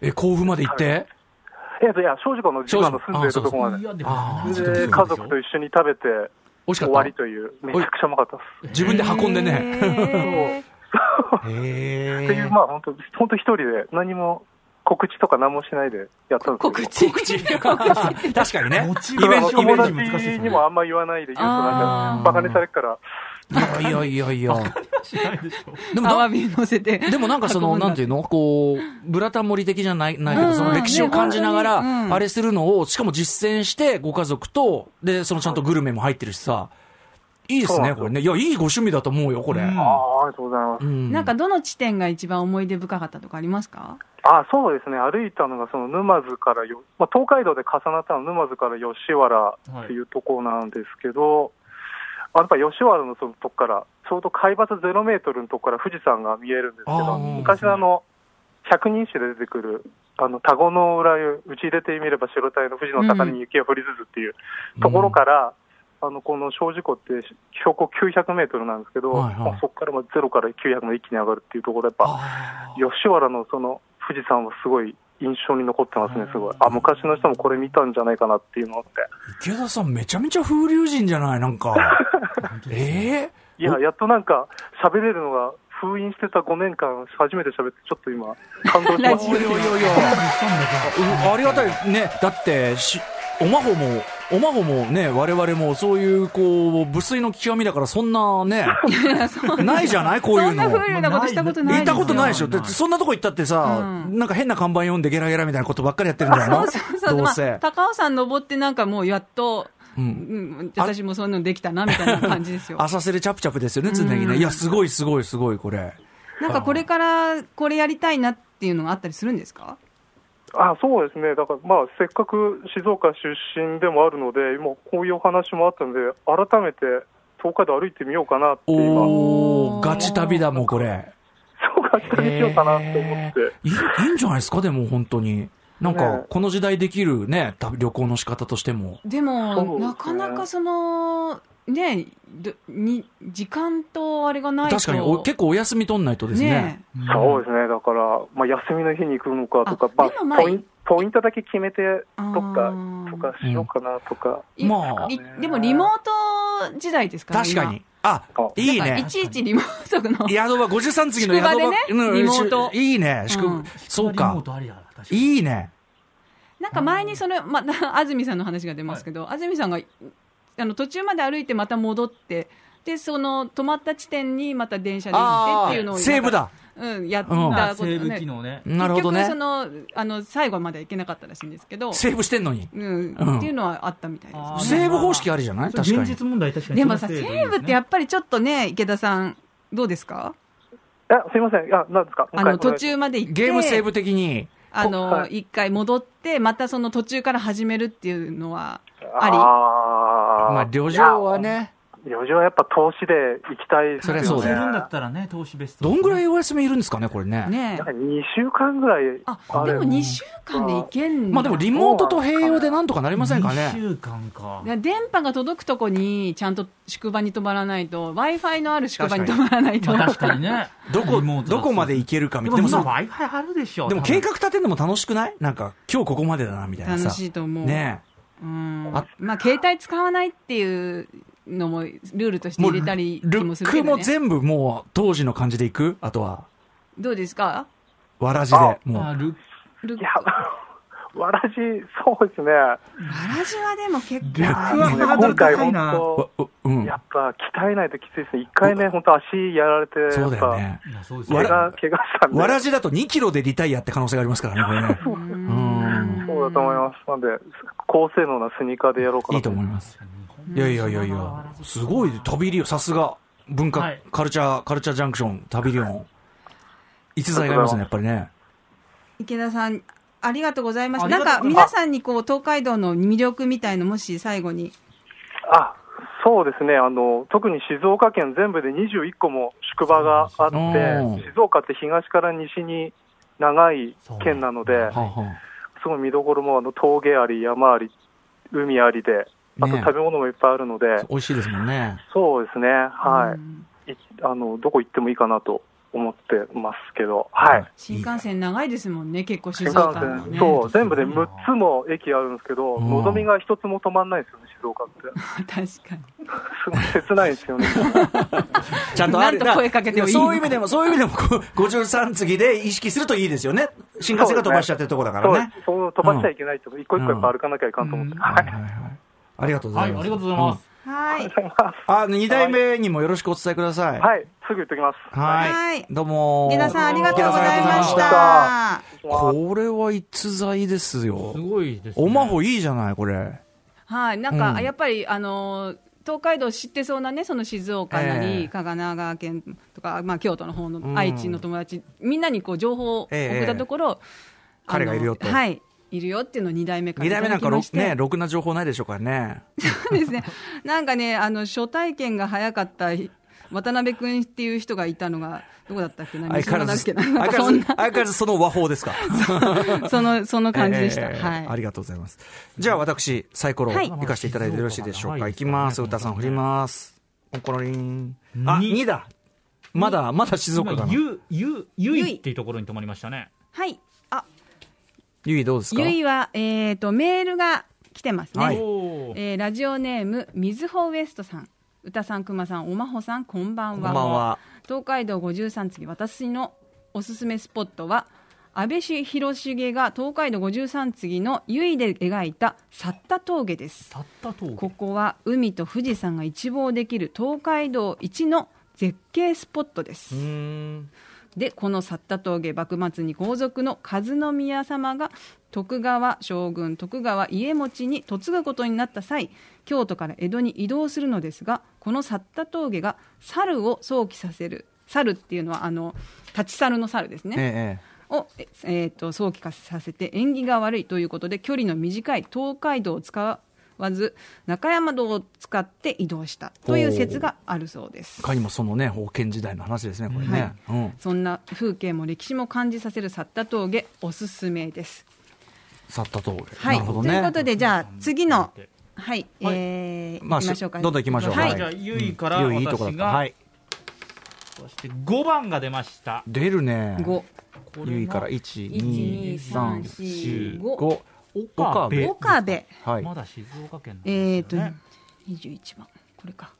[SPEAKER 2] え、甲府まで行って
[SPEAKER 6] えっと、いや、正直この今の住んでるとこまで
[SPEAKER 3] い。や、で
[SPEAKER 2] あー
[SPEAKER 6] で家族と一緒に食べて
[SPEAKER 2] 美味しか
[SPEAKER 6] 終
[SPEAKER 2] っ
[SPEAKER 6] わり
[SPEAKER 2] た。
[SPEAKER 6] という、めちゃくちゃうまかったで
[SPEAKER 2] 自分で運んでね。
[SPEAKER 4] へー
[SPEAKER 2] へ
[SPEAKER 6] す。っていう、まあ本当、本当一人で何も告知とか何もしないでやったんですけ
[SPEAKER 4] 告
[SPEAKER 6] ど、
[SPEAKER 4] 知。
[SPEAKER 2] 確かにね
[SPEAKER 3] モ。チ
[SPEAKER 2] イ
[SPEAKER 3] ベ
[SPEAKER 2] ベ
[SPEAKER 3] ー
[SPEAKER 2] ン
[SPEAKER 3] ショ
[SPEAKER 2] ト、
[SPEAKER 3] ン
[SPEAKER 2] イベント
[SPEAKER 3] イベ
[SPEAKER 6] 友
[SPEAKER 3] ント難しいです
[SPEAKER 6] 達
[SPEAKER 3] ね
[SPEAKER 6] にもあんま言わないで言うとなんか、バカにされるから、
[SPEAKER 2] いやいやいやいや。
[SPEAKER 3] しないでしょ。
[SPEAKER 2] でも
[SPEAKER 4] アワ
[SPEAKER 2] な、
[SPEAKER 4] ビ乗せて。
[SPEAKER 2] でもなんかその、なんていうのこう、ブラタモリ的じゃない、ないけ
[SPEAKER 4] うんう
[SPEAKER 2] ど、
[SPEAKER 4] ん
[SPEAKER 2] その歴史を感じなが
[SPEAKER 4] ね本当にう
[SPEAKER 2] ら、
[SPEAKER 4] ん
[SPEAKER 2] あれするのを、しかも実践して、ご家族と、で、そのちゃんとグルメも入ってるしさ、いいですね、これね。いや、いいご趣味だと思うよ、これ。
[SPEAKER 3] うん
[SPEAKER 6] ああ、ありがとうございます。
[SPEAKER 2] うん
[SPEAKER 4] なんか、どの地点が一番思い出深かったとかありますか
[SPEAKER 6] ああ、そうですね、歩いたのがその沼津からよ、まあ、東海道で重なったのは沼津から吉原っていうところなんですけど、あやっぱ吉原のそのとこから、ちょうど海抜ゼロメートルのとこから富士山が見えるんですけ
[SPEAKER 2] あ
[SPEAKER 6] ど、
[SPEAKER 2] あ
[SPEAKER 6] 昔のあの、百人一首で出てくる、あの、田子の浦へ打ち入れてみれば白体の富士の高に雪が降りずずっていうところから、あの、この小事故って標高900メートルなんですけど、
[SPEAKER 2] はいはい
[SPEAKER 6] まあそこからまあゼロから900の一気に上がるっていうところやっぱ、
[SPEAKER 2] あ
[SPEAKER 6] 吉原のその富士山はすごい印象に残ってますね、すごい。あ、昔の人もこれ見たんじゃないかなっていうのって。
[SPEAKER 2] 池田さん、めちゃめちゃ風流人じゃないなんか。え
[SPEAKER 6] いや、やっとなんか、喋れるのが、封印してた5年間、初めて喋って、ちょっと今、感動しま
[SPEAKER 4] ラ
[SPEAKER 6] し
[SPEAKER 4] ジ
[SPEAKER 6] た
[SPEAKER 4] オ。
[SPEAKER 2] えいやいやいや、うありがたいね。だって、し、おまほも、おまほもね、我々もそういう、こう、無粋の極みだから、そんな ね、ないじゃないこういう
[SPEAKER 4] そん
[SPEAKER 2] の。
[SPEAKER 4] な風流なことしたことな
[SPEAKER 2] 行
[SPEAKER 4] いで
[SPEAKER 2] っ
[SPEAKER 4] すよ
[SPEAKER 2] たことないでしょ
[SPEAKER 3] ない
[SPEAKER 2] でそんなとこ行ったってさ、
[SPEAKER 4] うん
[SPEAKER 2] なんか変な看板読んでゲラゲラみたいなことばっかりやってるんだよ
[SPEAKER 4] そ
[SPEAKER 2] な。
[SPEAKER 4] うそうそう。
[SPEAKER 2] どう
[SPEAKER 4] ま
[SPEAKER 2] せ
[SPEAKER 4] あ、。高尾山登ってなんかもうやっと、
[SPEAKER 2] う
[SPEAKER 4] うんん、私もそういうのできたな、みたいな感じですよ。
[SPEAKER 2] 浅瀬でチャプチャプですよね、常にね。いや、すごいすごいすごい、これ。
[SPEAKER 4] なんかこれから、これやりたいなっていうのがあったりするんですか
[SPEAKER 6] あそうですね、だから、まあ、せっかく静岡出身でもあるので、今、こういうお話もあったので、改めて東海道歩いてみようかなって、今、そ
[SPEAKER 2] おー、ガチ旅だもん、これ。
[SPEAKER 6] うか、下にしようかなって思って、
[SPEAKER 2] いいいいんじゃないですか、でも、本当に。なん
[SPEAKER 6] ね
[SPEAKER 2] か、この時代できるね、旅旅行の仕方としても。
[SPEAKER 4] で
[SPEAKER 6] そうです
[SPEAKER 4] も、
[SPEAKER 6] ね
[SPEAKER 4] なかなかその、ね、どに時間とあれがないと。
[SPEAKER 2] 確かにお、結構お休み取んないとですね。
[SPEAKER 4] ねえ
[SPEAKER 6] そうですね、だから、まあ、休みの日に行くのかとか、
[SPEAKER 4] あ
[SPEAKER 6] まあ
[SPEAKER 4] でもまあ
[SPEAKER 6] ポイン、ポイントだけ決めて、
[SPEAKER 4] あー
[SPEAKER 6] どっかとかしようかなとか、
[SPEAKER 4] い
[SPEAKER 2] まあ
[SPEAKER 4] いでもリモート時代ですから
[SPEAKER 2] 確かに。あ、
[SPEAKER 6] そう
[SPEAKER 2] いい
[SPEAKER 4] 今だから
[SPEAKER 2] ね
[SPEAKER 4] い。ちいちリモートの。
[SPEAKER 2] 宿場、53次の宿場。
[SPEAKER 4] 宿場でね
[SPEAKER 2] うん
[SPEAKER 4] リモート
[SPEAKER 2] しいいね。宿
[SPEAKER 4] うん
[SPEAKER 2] そう
[SPEAKER 3] リモ
[SPEAKER 2] か
[SPEAKER 3] ー。トありやな確かに
[SPEAKER 2] いいね。
[SPEAKER 4] なんか前にその、ま た、安住さんの話が出ますけど、安住さんが、あの、途中まで歩いてまた戻って、で、その、止まった地点にまた電車で行ってっていうのを。
[SPEAKER 2] セーブだ。
[SPEAKER 4] うん、やった
[SPEAKER 2] うん
[SPEAKER 3] あ
[SPEAKER 4] こと
[SPEAKER 3] セ
[SPEAKER 4] ね。
[SPEAKER 3] ーブ機能ね。
[SPEAKER 2] なるほどね
[SPEAKER 4] 結。局、その、あの、最後まで行けなかったらしいんですけど、
[SPEAKER 2] セーブしてんのに。
[SPEAKER 4] うん、
[SPEAKER 2] うん
[SPEAKER 4] っていうのはあったみたいですね
[SPEAKER 3] あー
[SPEAKER 2] セーブ方式あるじゃない確か
[SPEAKER 3] 現
[SPEAKER 2] に。
[SPEAKER 3] 実問題確かに。
[SPEAKER 4] でもさ、西武ってや
[SPEAKER 3] っ
[SPEAKER 4] っぱりちょっとね、池田さん、どうですか
[SPEAKER 6] あすいません、いや、なんですか、
[SPEAKER 4] あ
[SPEAKER 6] もう一回
[SPEAKER 4] の、途中まで行って、
[SPEAKER 2] ゲームセーブ的に。
[SPEAKER 4] あの、
[SPEAKER 6] はい
[SPEAKER 4] 一回戻って、またその途中から始めるっていうのは、あり
[SPEAKER 6] あー
[SPEAKER 2] まあ、旅情はね。
[SPEAKER 6] いや旅情はやっぱ投資で行きたいです
[SPEAKER 2] そ
[SPEAKER 6] よ
[SPEAKER 2] り
[SPEAKER 6] ね
[SPEAKER 2] ゃそう
[SPEAKER 3] て
[SPEAKER 2] だ
[SPEAKER 3] る
[SPEAKER 2] よ
[SPEAKER 3] んだったらね、投資ベスト。
[SPEAKER 2] どんぐらいお休みいるんですかね、これね。
[SPEAKER 4] ね
[SPEAKER 6] なんか2週間ぐらい
[SPEAKER 4] あ、
[SPEAKER 6] あ
[SPEAKER 4] で
[SPEAKER 6] れ
[SPEAKER 4] も2週間で行けんだ
[SPEAKER 2] まあでも、リモートと併用でなんとかなりませんか
[SPEAKER 3] 2
[SPEAKER 2] ね。
[SPEAKER 3] 週間か
[SPEAKER 4] だか。ら電波が届くとこにちゃんと宿場に泊まらないと w i f i のある宿場に泊まらないと、
[SPEAKER 3] まあ確かにね。
[SPEAKER 2] どこ
[SPEAKER 3] リモー、トだ
[SPEAKER 2] どこまで行けるかみ
[SPEAKER 3] で
[SPEAKER 2] た
[SPEAKER 3] も
[SPEAKER 2] いな。
[SPEAKER 3] 今
[SPEAKER 2] でもそ
[SPEAKER 3] Wi-Fi あるでしょ。
[SPEAKER 2] う、でも計画立てるのも楽しくないなんか、今日ここまでだな、みたいなさ。
[SPEAKER 4] 楽しいと思う、
[SPEAKER 2] ね
[SPEAKER 4] うん
[SPEAKER 2] あ
[SPEAKER 4] まあ、携帯使わないっていうのもルールとして
[SPEAKER 2] もう、
[SPEAKER 4] 入れ
[SPEAKER 2] ル
[SPEAKER 4] たりもす
[SPEAKER 2] ッ
[SPEAKER 4] る
[SPEAKER 2] ク
[SPEAKER 4] けど、
[SPEAKER 2] も
[SPEAKER 4] ね、
[SPEAKER 2] 全部もう、当時の感じでいくあとは、
[SPEAKER 4] どうですか
[SPEAKER 2] わらじで。も
[SPEAKER 3] あ
[SPEAKER 2] う、
[SPEAKER 3] る。
[SPEAKER 4] ルッ
[SPEAKER 6] いや、 わらじ、そうですね。
[SPEAKER 4] わらじはでも結
[SPEAKER 3] ルック
[SPEAKER 4] 構
[SPEAKER 3] はハードル
[SPEAKER 6] 今
[SPEAKER 3] 高
[SPEAKER 6] 回
[SPEAKER 3] い
[SPEAKER 6] 本
[SPEAKER 3] な
[SPEAKER 6] 当、
[SPEAKER 2] わううん
[SPEAKER 6] や。っぱ鍛えないときついですね。一回ね、本当足やられて、や
[SPEAKER 2] そう
[SPEAKER 6] っ
[SPEAKER 2] だよ
[SPEAKER 6] ぱ、
[SPEAKER 2] ね。
[SPEAKER 3] いやそうです
[SPEAKER 6] 怪
[SPEAKER 3] よ
[SPEAKER 2] わら
[SPEAKER 6] 我、怪我したんで。
[SPEAKER 2] わらじだと2キロでリタイアって可能性がありますからね、これね。う ん。
[SPEAKER 6] そうだと思います。なんで、高性能なスニーカーでやろうか
[SPEAKER 2] い
[SPEAKER 6] ない
[SPEAKER 2] と思います。いやいやいやいや、すごい、旅リオン、さすが、文化、
[SPEAKER 3] はい
[SPEAKER 2] カルチャー、カルチャージャンクション、旅リオン。逸材がいますね、やっぱりね。
[SPEAKER 4] 池田さんありがとうございました
[SPEAKER 3] あり
[SPEAKER 4] な
[SPEAKER 3] がと
[SPEAKER 4] ん
[SPEAKER 3] う
[SPEAKER 4] か皆さんにこう東海道の魅力みたいのもし最後に
[SPEAKER 6] あ、そうですね。あの、特に静岡県全部で21個も宿場があ
[SPEAKER 2] う
[SPEAKER 6] っ
[SPEAKER 2] ん
[SPEAKER 6] て、静岡って東から西に長い県なので、
[SPEAKER 2] はあはあ
[SPEAKER 6] すごい見どころもあの峠あり、山あり、海ありで、あと
[SPEAKER 2] ねえ
[SPEAKER 6] 食べ物もいっぱいあるので、
[SPEAKER 2] 美味しいですもんね。
[SPEAKER 6] そうですね、は
[SPEAKER 4] うん
[SPEAKER 6] いいあの、どこ行ってもいいかなと思ってますけど、はい、
[SPEAKER 4] 新幹線長いですもんね結構静
[SPEAKER 6] 新
[SPEAKER 4] 岡
[SPEAKER 6] 幹
[SPEAKER 4] のね
[SPEAKER 6] 線、そう、全部で
[SPEAKER 3] すごい
[SPEAKER 6] 6
[SPEAKER 3] な
[SPEAKER 6] つも駅あるんですけど、
[SPEAKER 2] うん
[SPEAKER 6] のぞみが一つも止まんないですよね、静岡って、
[SPEAKER 4] 確かに
[SPEAKER 6] すごい切ないですよね、
[SPEAKER 2] ちゃんとある
[SPEAKER 4] なんと声かけてもいい
[SPEAKER 2] でもそういう意味でも、そういう意味でも、こう53次で意識するといいですよね。新幹線が飛ばしちゃってるとこだか
[SPEAKER 6] そう
[SPEAKER 2] らね。
[SPEAKER 6] そう飛ばしちゃいけないって、一個一個やっぱ歩かなきゃいかんと思って、
[SPEAKER 3] うん
[SPEAKER 6] はい、
[SPEAKER 2] はいはいありがとうご
[SPEAKER 3] は
[SPEAKER 2] ざ
[SPEAKER 3] い、
[SPEAKER 2] い
[SPEAKER 3] あり
[SPEAKER 2] ます。
[SPEAKER 3] がとうございます。
[SPEAKER 4] はい
[SPEAKER 2] うん。あ、二代目にもよろしくお伝えください。い。
[SPEAKER 6] はい、すぐ言ってきます。
[SPEAKER 2] は
[SPEAKER 4] はいい。
[SPEAKER 2] どうも。
[SPEAKER 4] 池田さんありがとうございまし
[SPEAKER 6] 池田さんありがとうござい
[SPEAKER 4] た。
[SPEAKER 2] これは逸材ですよ
[SPEAKER 3] す。ごいですね。
[SPEAKER 2] おまほいいじゃない、これ。
[SPEAKER 4] はい、なん
[SPEAKER 2] う
[SPEAKER 4] か
[SPEAKER 2] ん
[SPEAKER 4] やっぱり、あのー東海道知ってそうなね、その静岡なり、
[SPEAKER 2] ええ
[SPEAKER 4] 神奈川県とか、まあ、京都の方
[SPEAKER 2] ん
[SPEAKER 4] の愛知の友達、みんなにこう情報を送
[SPEAKER 2] ええ
[SPEAKER 4] ったところ、あの
[SPEAKER 2] 彼がいるよと
[SPEAKER 4] はい、いるよっていうのを2代目から
[SPEAKER 2] 二代目なんか
[SPEAKER 4] いただ
[SPEAKER 2] ろ
[SPEAKER 4] きまして
[SPEAKER 2] ね、ろくな情報ないでしょうからね。
[SPEAKER 4] そうですね、なんかね、あの初体験が早かった渡辺君っていう人がいたのが、どこだったっけな、
[SPEAKER 2] 相
[SPEAKER 4] 西
[SPEAKER 2] 変わ
[SPEAKER 4] 村
[SPEAKER 2] ら
[SPEAKER 4] だっ
[SPEAKER 2] ず、
[SPEAKER 4] けな、
[SPEAKER 2] 相
[SPEAKER 4] なんか
[SPEAKER 2] 変わ
[SPEAKER 4] そ
[SPEAKER 2] ら
[SPEAKER 4] ん
[SPEAKER 2] ず、相変わらずその和法ですか。
[SPEAKER 4] な、 そのその感じでした。
[SPEAKER 2] ええ
[SPEAKER 4] はい
[SPEAKER 2] ありがとうございます。じゃあ私、サイコロ
[SPEAKER 4] はい
[SPEAKER 2] 行かせていただいてよろしいでしょうか。
[SPEAKER 3] はい
[SPEAKER 2] いきます。歌さん振ります。コロリン。
[SPEAKER 3] 二
[SPEAKER 2] あ、2だ。まだ、まだ静岡
[SPEAKER 3] 今
[SPEAKER 2] だな。
[SPEAKER 3] ゆ、ゆ、ゆいっていうところに泊まりましたね。
[SPEAKER 4] はい。あ、
[SPEAKER 7] ゆいどうですか
[SPEAKER 4] ゆいは、えー、とメールが来てますね、
[SPEAKER 7] はい
[SPEAKER 3] おー
[SPEAKER 4] えーラジオネームみずほウエストさん歌さんくまさんおまほさんこんばん
[SPEAKER 7] こ
[SPEAKER 4] は
[SPEAKER 7] んばんは
[SPEAKER 4] 東海道53次私のおすすめスポットは安倍氏広重が東海道53次の由比で描いた去った峠です
[SPEAKER 3] たったと
[SPEAKER 4] ここは海と富士山が一望できる東海道一の絶景スポットです、
[SPEAKER 7] うーん
[SPEAKER 4] でこの去った峠幕末に皇族の和宮様が徳川将軍徳川家持に嫁ぐことになった際京都から江戸に移動するのですがこの去った峠が猿を想起させる猿っていうのはあの立ち猿の猿ですね、
[SPEAKER 2] え
[SPEAKER 4] を、ええーと早期化させて縁起が悪いということで距離の短い東海道を使わず中山道を使って移動したという説があるそうです
[SPEAKER 2] え。かにもそのね、封建時代の話ですね、これね。うん。
[SPEAKER 4] そんな風景も歴史も感じさせる去った峠おすすめです。
[SPEAKER 2] 去った通り。
[SPEAKER 4] は
[SPEAKER 2] な
[SPEAKER 4] い、
[SPEAKER 2] るほど
[SPEAKER 4] という
[SPEAKER 2] ね
[SPEAKER 4] こ。とでじゃあ次のはい、えー
[SPEAKER 2] まあ
[SPEAKER 4] 行きましょうか。
[SPEAKER 2] どんどん行きましょう
[SPEAKER 4] はい、
[SPEAKER 2] はい
[SPEAKER 3] じゃあゆいから
[SPEAKER 2] 良いいいとこだ
[SPEAKER 3] 私
[SPEAKER 2] った。
[SPEAKER 3] が
[SPEAKER 2] はい。
[SPEAKER 3] そして5番が出ました
[SPEAKER 2] 出るね。
[SPEAKER 4] 五、
[SPEAKER 3] これ
[SPEAKER 2] ゆい
[SPEAKER 3] が
[SPEAKER 2] から1、2、3、4、5。
[SPEAKER 3] 岡部
[SPEAKER 2] 岡
[SPEAKER 4] 岡部
[SPEAKER 2] 部。はい
[SPEAKER 3] ま。だ静岡県なんですよね
[SPEAKER 4] えっ、ー、と二十一番これか。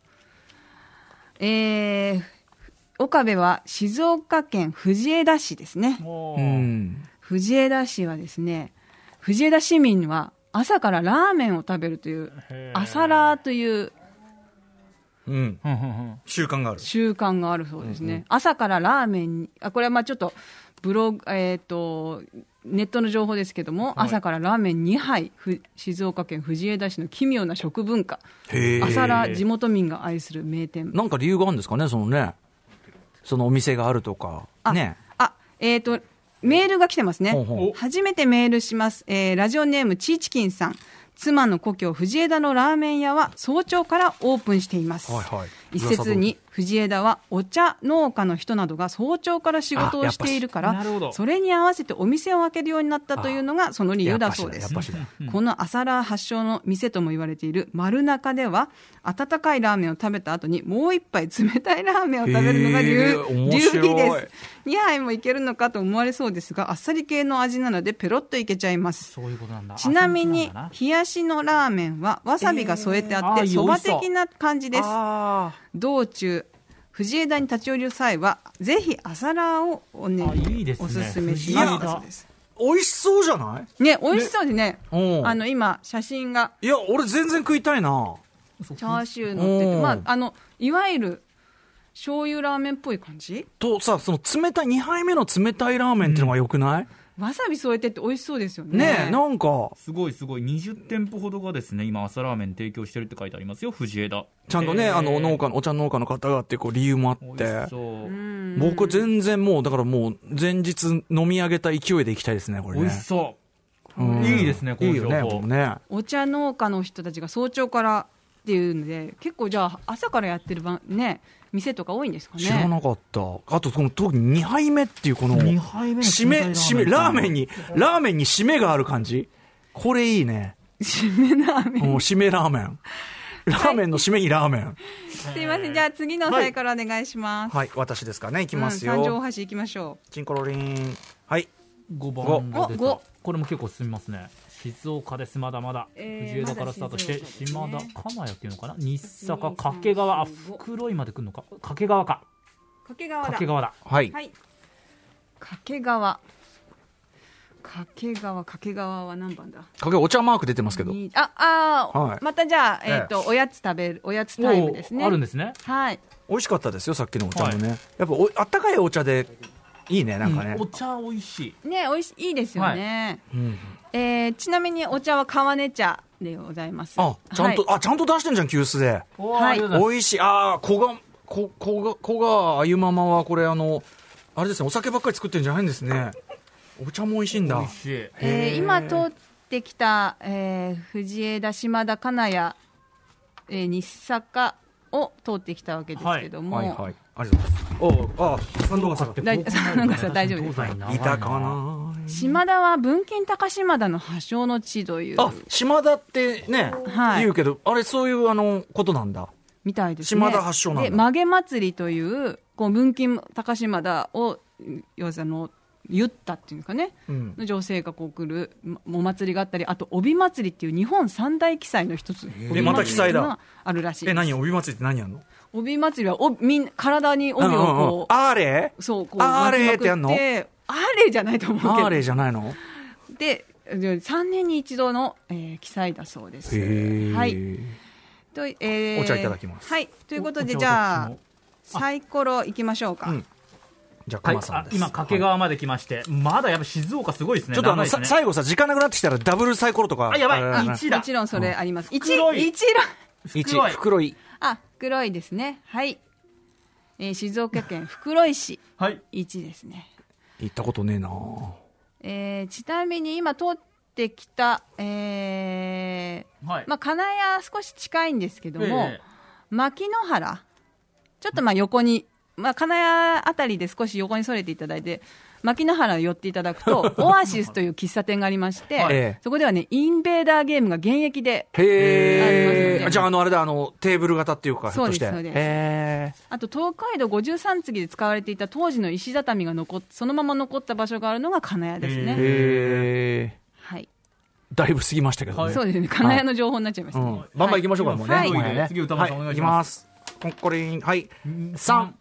[SPEAKER 4] えー、岡部は静岡県藤枝市ですね。
[SPEAKER 3] お
[SPEAKER 2] う
[SPEAKER 3] ー
[SPEAKER 2] ん。
[SPEAKER 4] 藤枝市はですね藤枝市民は朝からラーメンを食べるという
[SPEAKER 3] へー
[SPEAKER 4] 朝ラーという
[SPEAKER 7] うん
[SPEAKER 3] ふんふんふん
[SPEAKER 7] 習慣がある
[SPEAKER 4] 習慣があるそうですね、朝からラーメンにあこれはまあちょっとブログ、えー、とネットの情報ですけども、朝からラーメン2杯ふ静岡県藤枝市の奇妙な食文化
[SPEAKER 2] へえ。
[SPEAKER 4] 朝ラー地元民が愛する名店
[SPEAKER 2] なんか理由があるんですかね、そのね。そのお店があるとか。
[SPEAKER 4] あ
[SPEAKER 2] ね。
[SPEAKER 4] あえっ、と、メールが来てますね
[SPEAKER 2] ほうほ。
[SPEAKER 4] 初めてメールします。えーラジオネームチーチキンさん。妻の故郷藤枝のラーメン屋は早朝からオープンしています。
[SPEAKER 2] はいはい
[SPEAKER 4] 一説に藤枝はお茶農家の人などが早朝から仕事
[SPEAKER 2] あや
[SPEAKER 4] を
[SPEAKER 2] っ
[SPEAKER 4] し
[SPEAKER 2] ぱして
[SPEAKER 4] いるか
[SPEAKER 3] な
[SPEAKER 4] ら
[SPEAKER 3] るほど、
[SPEAKER 4] それに合わせてお店を開けるようになったというのがその理由だそうです
[SPEAKER 2] やっ。ぱしだやっぱし
[SPEAKER 4] この朝ラー発祥の店とも言われている丸中では温かいラーメンを食べた後にもう一杯冷たいラーメンを食べるのが流,、
[SPEAKER 2] へー面白い
[SPEAKER 4] 流儀です2杯もいけるのかと思われそうですがあっさり系の味なのでペロッといけちゃいます
[SPEAKER 3] そういうことなんだ
[SPEAKER 4] ちなみに
[SPEAKER 3] 朝の日んだ
[SPEAKER 4] 冷やしのラーメンはわさびが添えてあっ
[SPEAKER 3] えーあー
[SPEAKER 4] てそ
[SPEAKER 3] 美
[SPEAKER 4] ば
[SPEAKER 3] 味しそう
[SPEAKER 4] 的な感じです
[SPEAKER 2] あ
[SPEAKER 4] 道中藤枝に立ち寄る際はぜひ朝ラーをお,、ね
[SPEAKER 3] あいいですね
[SPEAKER 4] おすすめします
[SPEAKER 3] 藤枝
[SPEAKER 4] そうです
[SPEAKER 2] ー美味しそうじゃない
[SPEAKER 4] ね美味しそうでね
[SPEAKER 2] うん
[SPEAKER 4] あの今写真が
[SPEAKER 2] いや、俺全然食いたいな。
[SPEAKER 4] チャーシュー乗ってて、
[SPEAKER 2] うん
[SPEAKER 4] まあ、あのいわゆる醤油ラーメンっぽい感じ
[SPEAKER 2] とさ、その冷たい、2杯目の冷たいラーメンっていうのが良くない、
[SPEAKER 4] わさび添えてって美味しそうですよね
[SPEAKER 2] ねえ、なんか、
[SPEAKER 3] すごいすごい20店舗ほどがですね今朝ラーメン提供してるって書いてありますよ藤枝
[SPEAKER 2] ちゃんとね、
[SPEAKER 3] えー
[SPEAKER 2] あの、農家の、お茶農家の方がってこう理由もあっ
[SPEAKER 3] 美
[SPEAKER 2] て
[SPEAKER 3] 味し。そう
[SPEAKER 2] 僕全然もう、だからもう、前日飲み上げた勢いで行きたいですね、これ
[SPEAKER 3] 美
[SPEAKER 2] ね。
[SPEAKER 3] 味しそう、
[SPEAKER 2] うん
[SPEAKER 3] いいですねこの
[SPEAKER 2] いい
[SPEAKER 3] 情
[SPEAKER 2] よね、こ
[SPEAKER 3] 報
[SPEAKER 2] れね。
[SPEAKER 4] お茶農家の人たちが早朝からっていうので結構じゃあ朝からやってる番、ね、店とか多いんですかね
[SPEAKER 2] 知らなかった。あと、この、特に2杯目っていうこの、
[SPEAKER 3] 二杯目の
[SPEAKER 2] 締め、締め、ラーメンに、ラーメンに締めがある感じ。これいい ね。
[SPEAKER 4] 締めラーメン
[SPEAKER 2] もう締めラーメン。ラーメンの締めにラーメン。
[SPEAKER 4] すいませんじゃあ次のお題からお願いします、
[SPEAKER 2] はい、私ですかね、いき
[SPEAKER 4] うん、
[SPEAKER 2] ますよ。
[SPEAKER 4] 三条大橋行きましょ
[SPEAKER 2] チンコロリン。はい。
[SPEAKER 3] 5番が出た
[SPEAKER 4] お五
[SPEAKER 3] これも結構進みますね静岡ですまだまだ、
[SPEAKER 4] えー
[SPEAKER 3] 藤枝からスタートして、
[SPEAKER 4] まだ静
[SPEAKER 3] 島
[SPEAKER 4] 岡
[SPEAKER 3] 田
[SPEAKER 4] ですね
[SPEAKER 3] 鎌谷っていうのかな日坂掛川あ袋井まで来るのか掛川か
[SPEAKER 4] う掛川だ
[SPEAKER 3] 掛川だ
[SPEAKER 2] はい。
[SPEAKER 4] はい掛川掛川掛川は何番だ
[SPEAKER 2] かけお茶マーク出てますけど。
[SPEAKER 4] にああー、
[SPEAKER 2] はい
[SPEAKER 4] またじゃあ、えーと
[SPEAKER 2] え
[SPEAKER 4] おやつ食べるおやつタイムです
[SPEAKER 3] お
[SPEAKER 4] ね
[SPEAKER 3] ーあるんですね
[SPEAKER 4] はい
[SPEAKER 2] 美味しかったですよ、さっきのお茶もね。やっぱお、あったかいお茶で、いいね、なんかね
[SPEAKER 3] うんお。茶美味しい
[SPEAKER 4] ねおいしいいですよね、
[SPEAKER 2] うん
[SPEAKER 4] えーちなみにお茶は川根茶でございます
[SPEAKER 2] あ、ちゃんと、
[SPEAKER 4] はい
[SPEAKER 2] あ、ちゃんと出してんじゃん、急須で。
[SPEAKER 3] お
[SPEAKER 4] はい
[SPEAKER 3] ありがとうございます
[SPEAKER 2] 美味しい。ああ、こが、こ、こが、こが、あゆママは、これ、あの、あれですね、お酒ばっかり作ってんじゃないんですね。お茶も美味しいんだ
[SPEAKER 3] 美味。しい
[SPEAKER 4] えー今通ってきた、えー藤枝島田金谷、えー日坂を通ってきたわけですけども、
[SPEAKER 2] はいはい。ありがとうございます。おうあ、三度が下がって。
[SPEAKER 4] 大なんかさ大丈夫です
[SPEAKER 2] いたかな
[SPEAKER 4] 島田は文献高島田の発祥の地という
[SPEAKER 2] あ、島田ってね、
[SPEAKER 4] はい
[SPEAKER 2] 言うけど、あれ、そういう、あの、ことなんだ。
[SPEAKER 4] みたいですね。
[SPEAKER 2] 島田発祥なんだ
[SPEAKER 4] で、曲げ祭りという、こう、文金高島田を、要はその、ユッタっていうんですかね、
[SPEAKER 2] うん
[SPEAKER 4] の女性がこう来るまお祭りがあったり、あと帯祭りっていう日本三大記載の一つ、帯
[SPEAKER 7] また
[SPEAKER 4] 祭
[SPEAKER 7] 記
[SPEAKER 4] り
[SPEAKER 7] 載だ
[SPEAKER 4] っていうのがあるらしいです
[SPEAKER 2] え、何帯祭りって何やんの
[SPEAKER 4] 帯祭りはおみん体に帯を
[SPEAKER 2] うんうんうん
[SPEAKER 4] こう、
[SPEAKER 2] あれ
[SPEAKER 4] そうこう
[SPEAKER 2] あれ
[SPEAKER 4] 巻きまく
[SPEAKER 2] ってやんの
[SPEAKER 4] アーレじゃないと思うけど
[SPEAKER 2] あれじゃないの
[SPEAKER 4] で3年に一度の、えー記載だそうです。
[SPEAKER 2] へえ。
[SPEAKER 4] はいとえー
[SPEAKER 2] お茶いただきます
[SPEAKER 4] はい、ということで、
[SPEAKER 2] おお
[SPEAKER 4] じ
[SPEAKER 2] 茶
[SPEAKER 4] ゃ
[SPEAKER 2] どっち
[SPEAKER 4] あ
[SPEAKER 2] も、
[SPEAKER 4] サイコロいきましょうか。
[SPEAKER 2] うんじゃあ、
[SPEAKER 3] はい
[SPEAKER 2] 熊さん
[SPEAKER 3] あ
[SPEAKER 2] です。
[SPEAKER 3] 今掛川まで来まして、まだやっぱ静岡すごいですね
[SPEAKER 2] ちょっとあ
[SPEAKER 3] 長
[SPEAKER 2] の、
[SPEAKER 3] いです
[SPEAKER 2] さ
[SPEAKER 3] ね
[SPEAKER 2] 最後さ、時間なくなってきたらダブルサイコロとか。
[SPEAKER 3] あやばい
[SPEAKER 2] れだな
[SPEAKER 3] 1だ
[SPEAKER 4] もちろんそれあります。一
[SPEAKER 3] 黒い
[SPEAKER 4] 一ら、
[SPEAKER 2] 一
[SPEAKER 3] 黒い
[SPEAKER 2] 袋い。
[SPEAKER 4] あ、黒いですね。はい。えー静 岡県袋井市
[SPEAKER 3] はい
[SPEAKER 4] 1ですね。
[SPEAKER 2] 行ったことねえな
[SPEAKER 4] えーちなみに今通ってきた、えー
[SPEAKER 3] はい
[SPEAKER 4] まあ、金谷少し近いんですけども、
[SPEAKER 3] ええ
[SPEAKER 4] 牧之原、ちょっとまあ横に、まあ、金谷あたりで少し横にそれていただいて、牧之原寄っていただ くと、オアシスという喫茶店がありまして、
[SPEAKER 3] はい
[SPEAKER 4] そこではね、インベーダーゲームが現役で、あります
[SPEAKER 2] へ
[SPEAKER 4] ね
[SPEAKER 2] え。じゃあ、あの、あれだ、あの、テーブル型っていうか、ひょっ
[SPEAKER 4] そう
[SPEAKER 2] と
[SPEAKER 4] で
[SPEAKER 2] し
[SPEAKER 4] す
[SPEAKER 2] て。
[SPEAKER 4] そうです
[SPEAKER 2] へ
[SPEAKER 4] あと東海道53次で使われていた当時の石畳が残っそのまま残った場所があるのが金谷です
[SPEAKER 2] え。
[SPEAKER 4] ね。
[SPEAKER 2] へえ。
[SPEAKER 4] はい、
[SPEAKER 2] だいぶ過ぎましたけどね。
[SPEAKER 4] そうですね、金谷の情報になっちゃいまし
[SPEAKER 2] う
[SPEAKER 4] たね。
[SPEAKER 2] ん。バンバン行きましょうか、もうね。
[SPEAKER 4] はい
[SPEAKER 2] もうね
[SPEAKER 3] 次歌丸さん
[SPEAKER 2] はい
[SPEAKER 3] お願いし
[SPEAKER 2] 行き
[SPEAKER 3] ま
[SPEAKER 2] ます。ここれ、はい。三。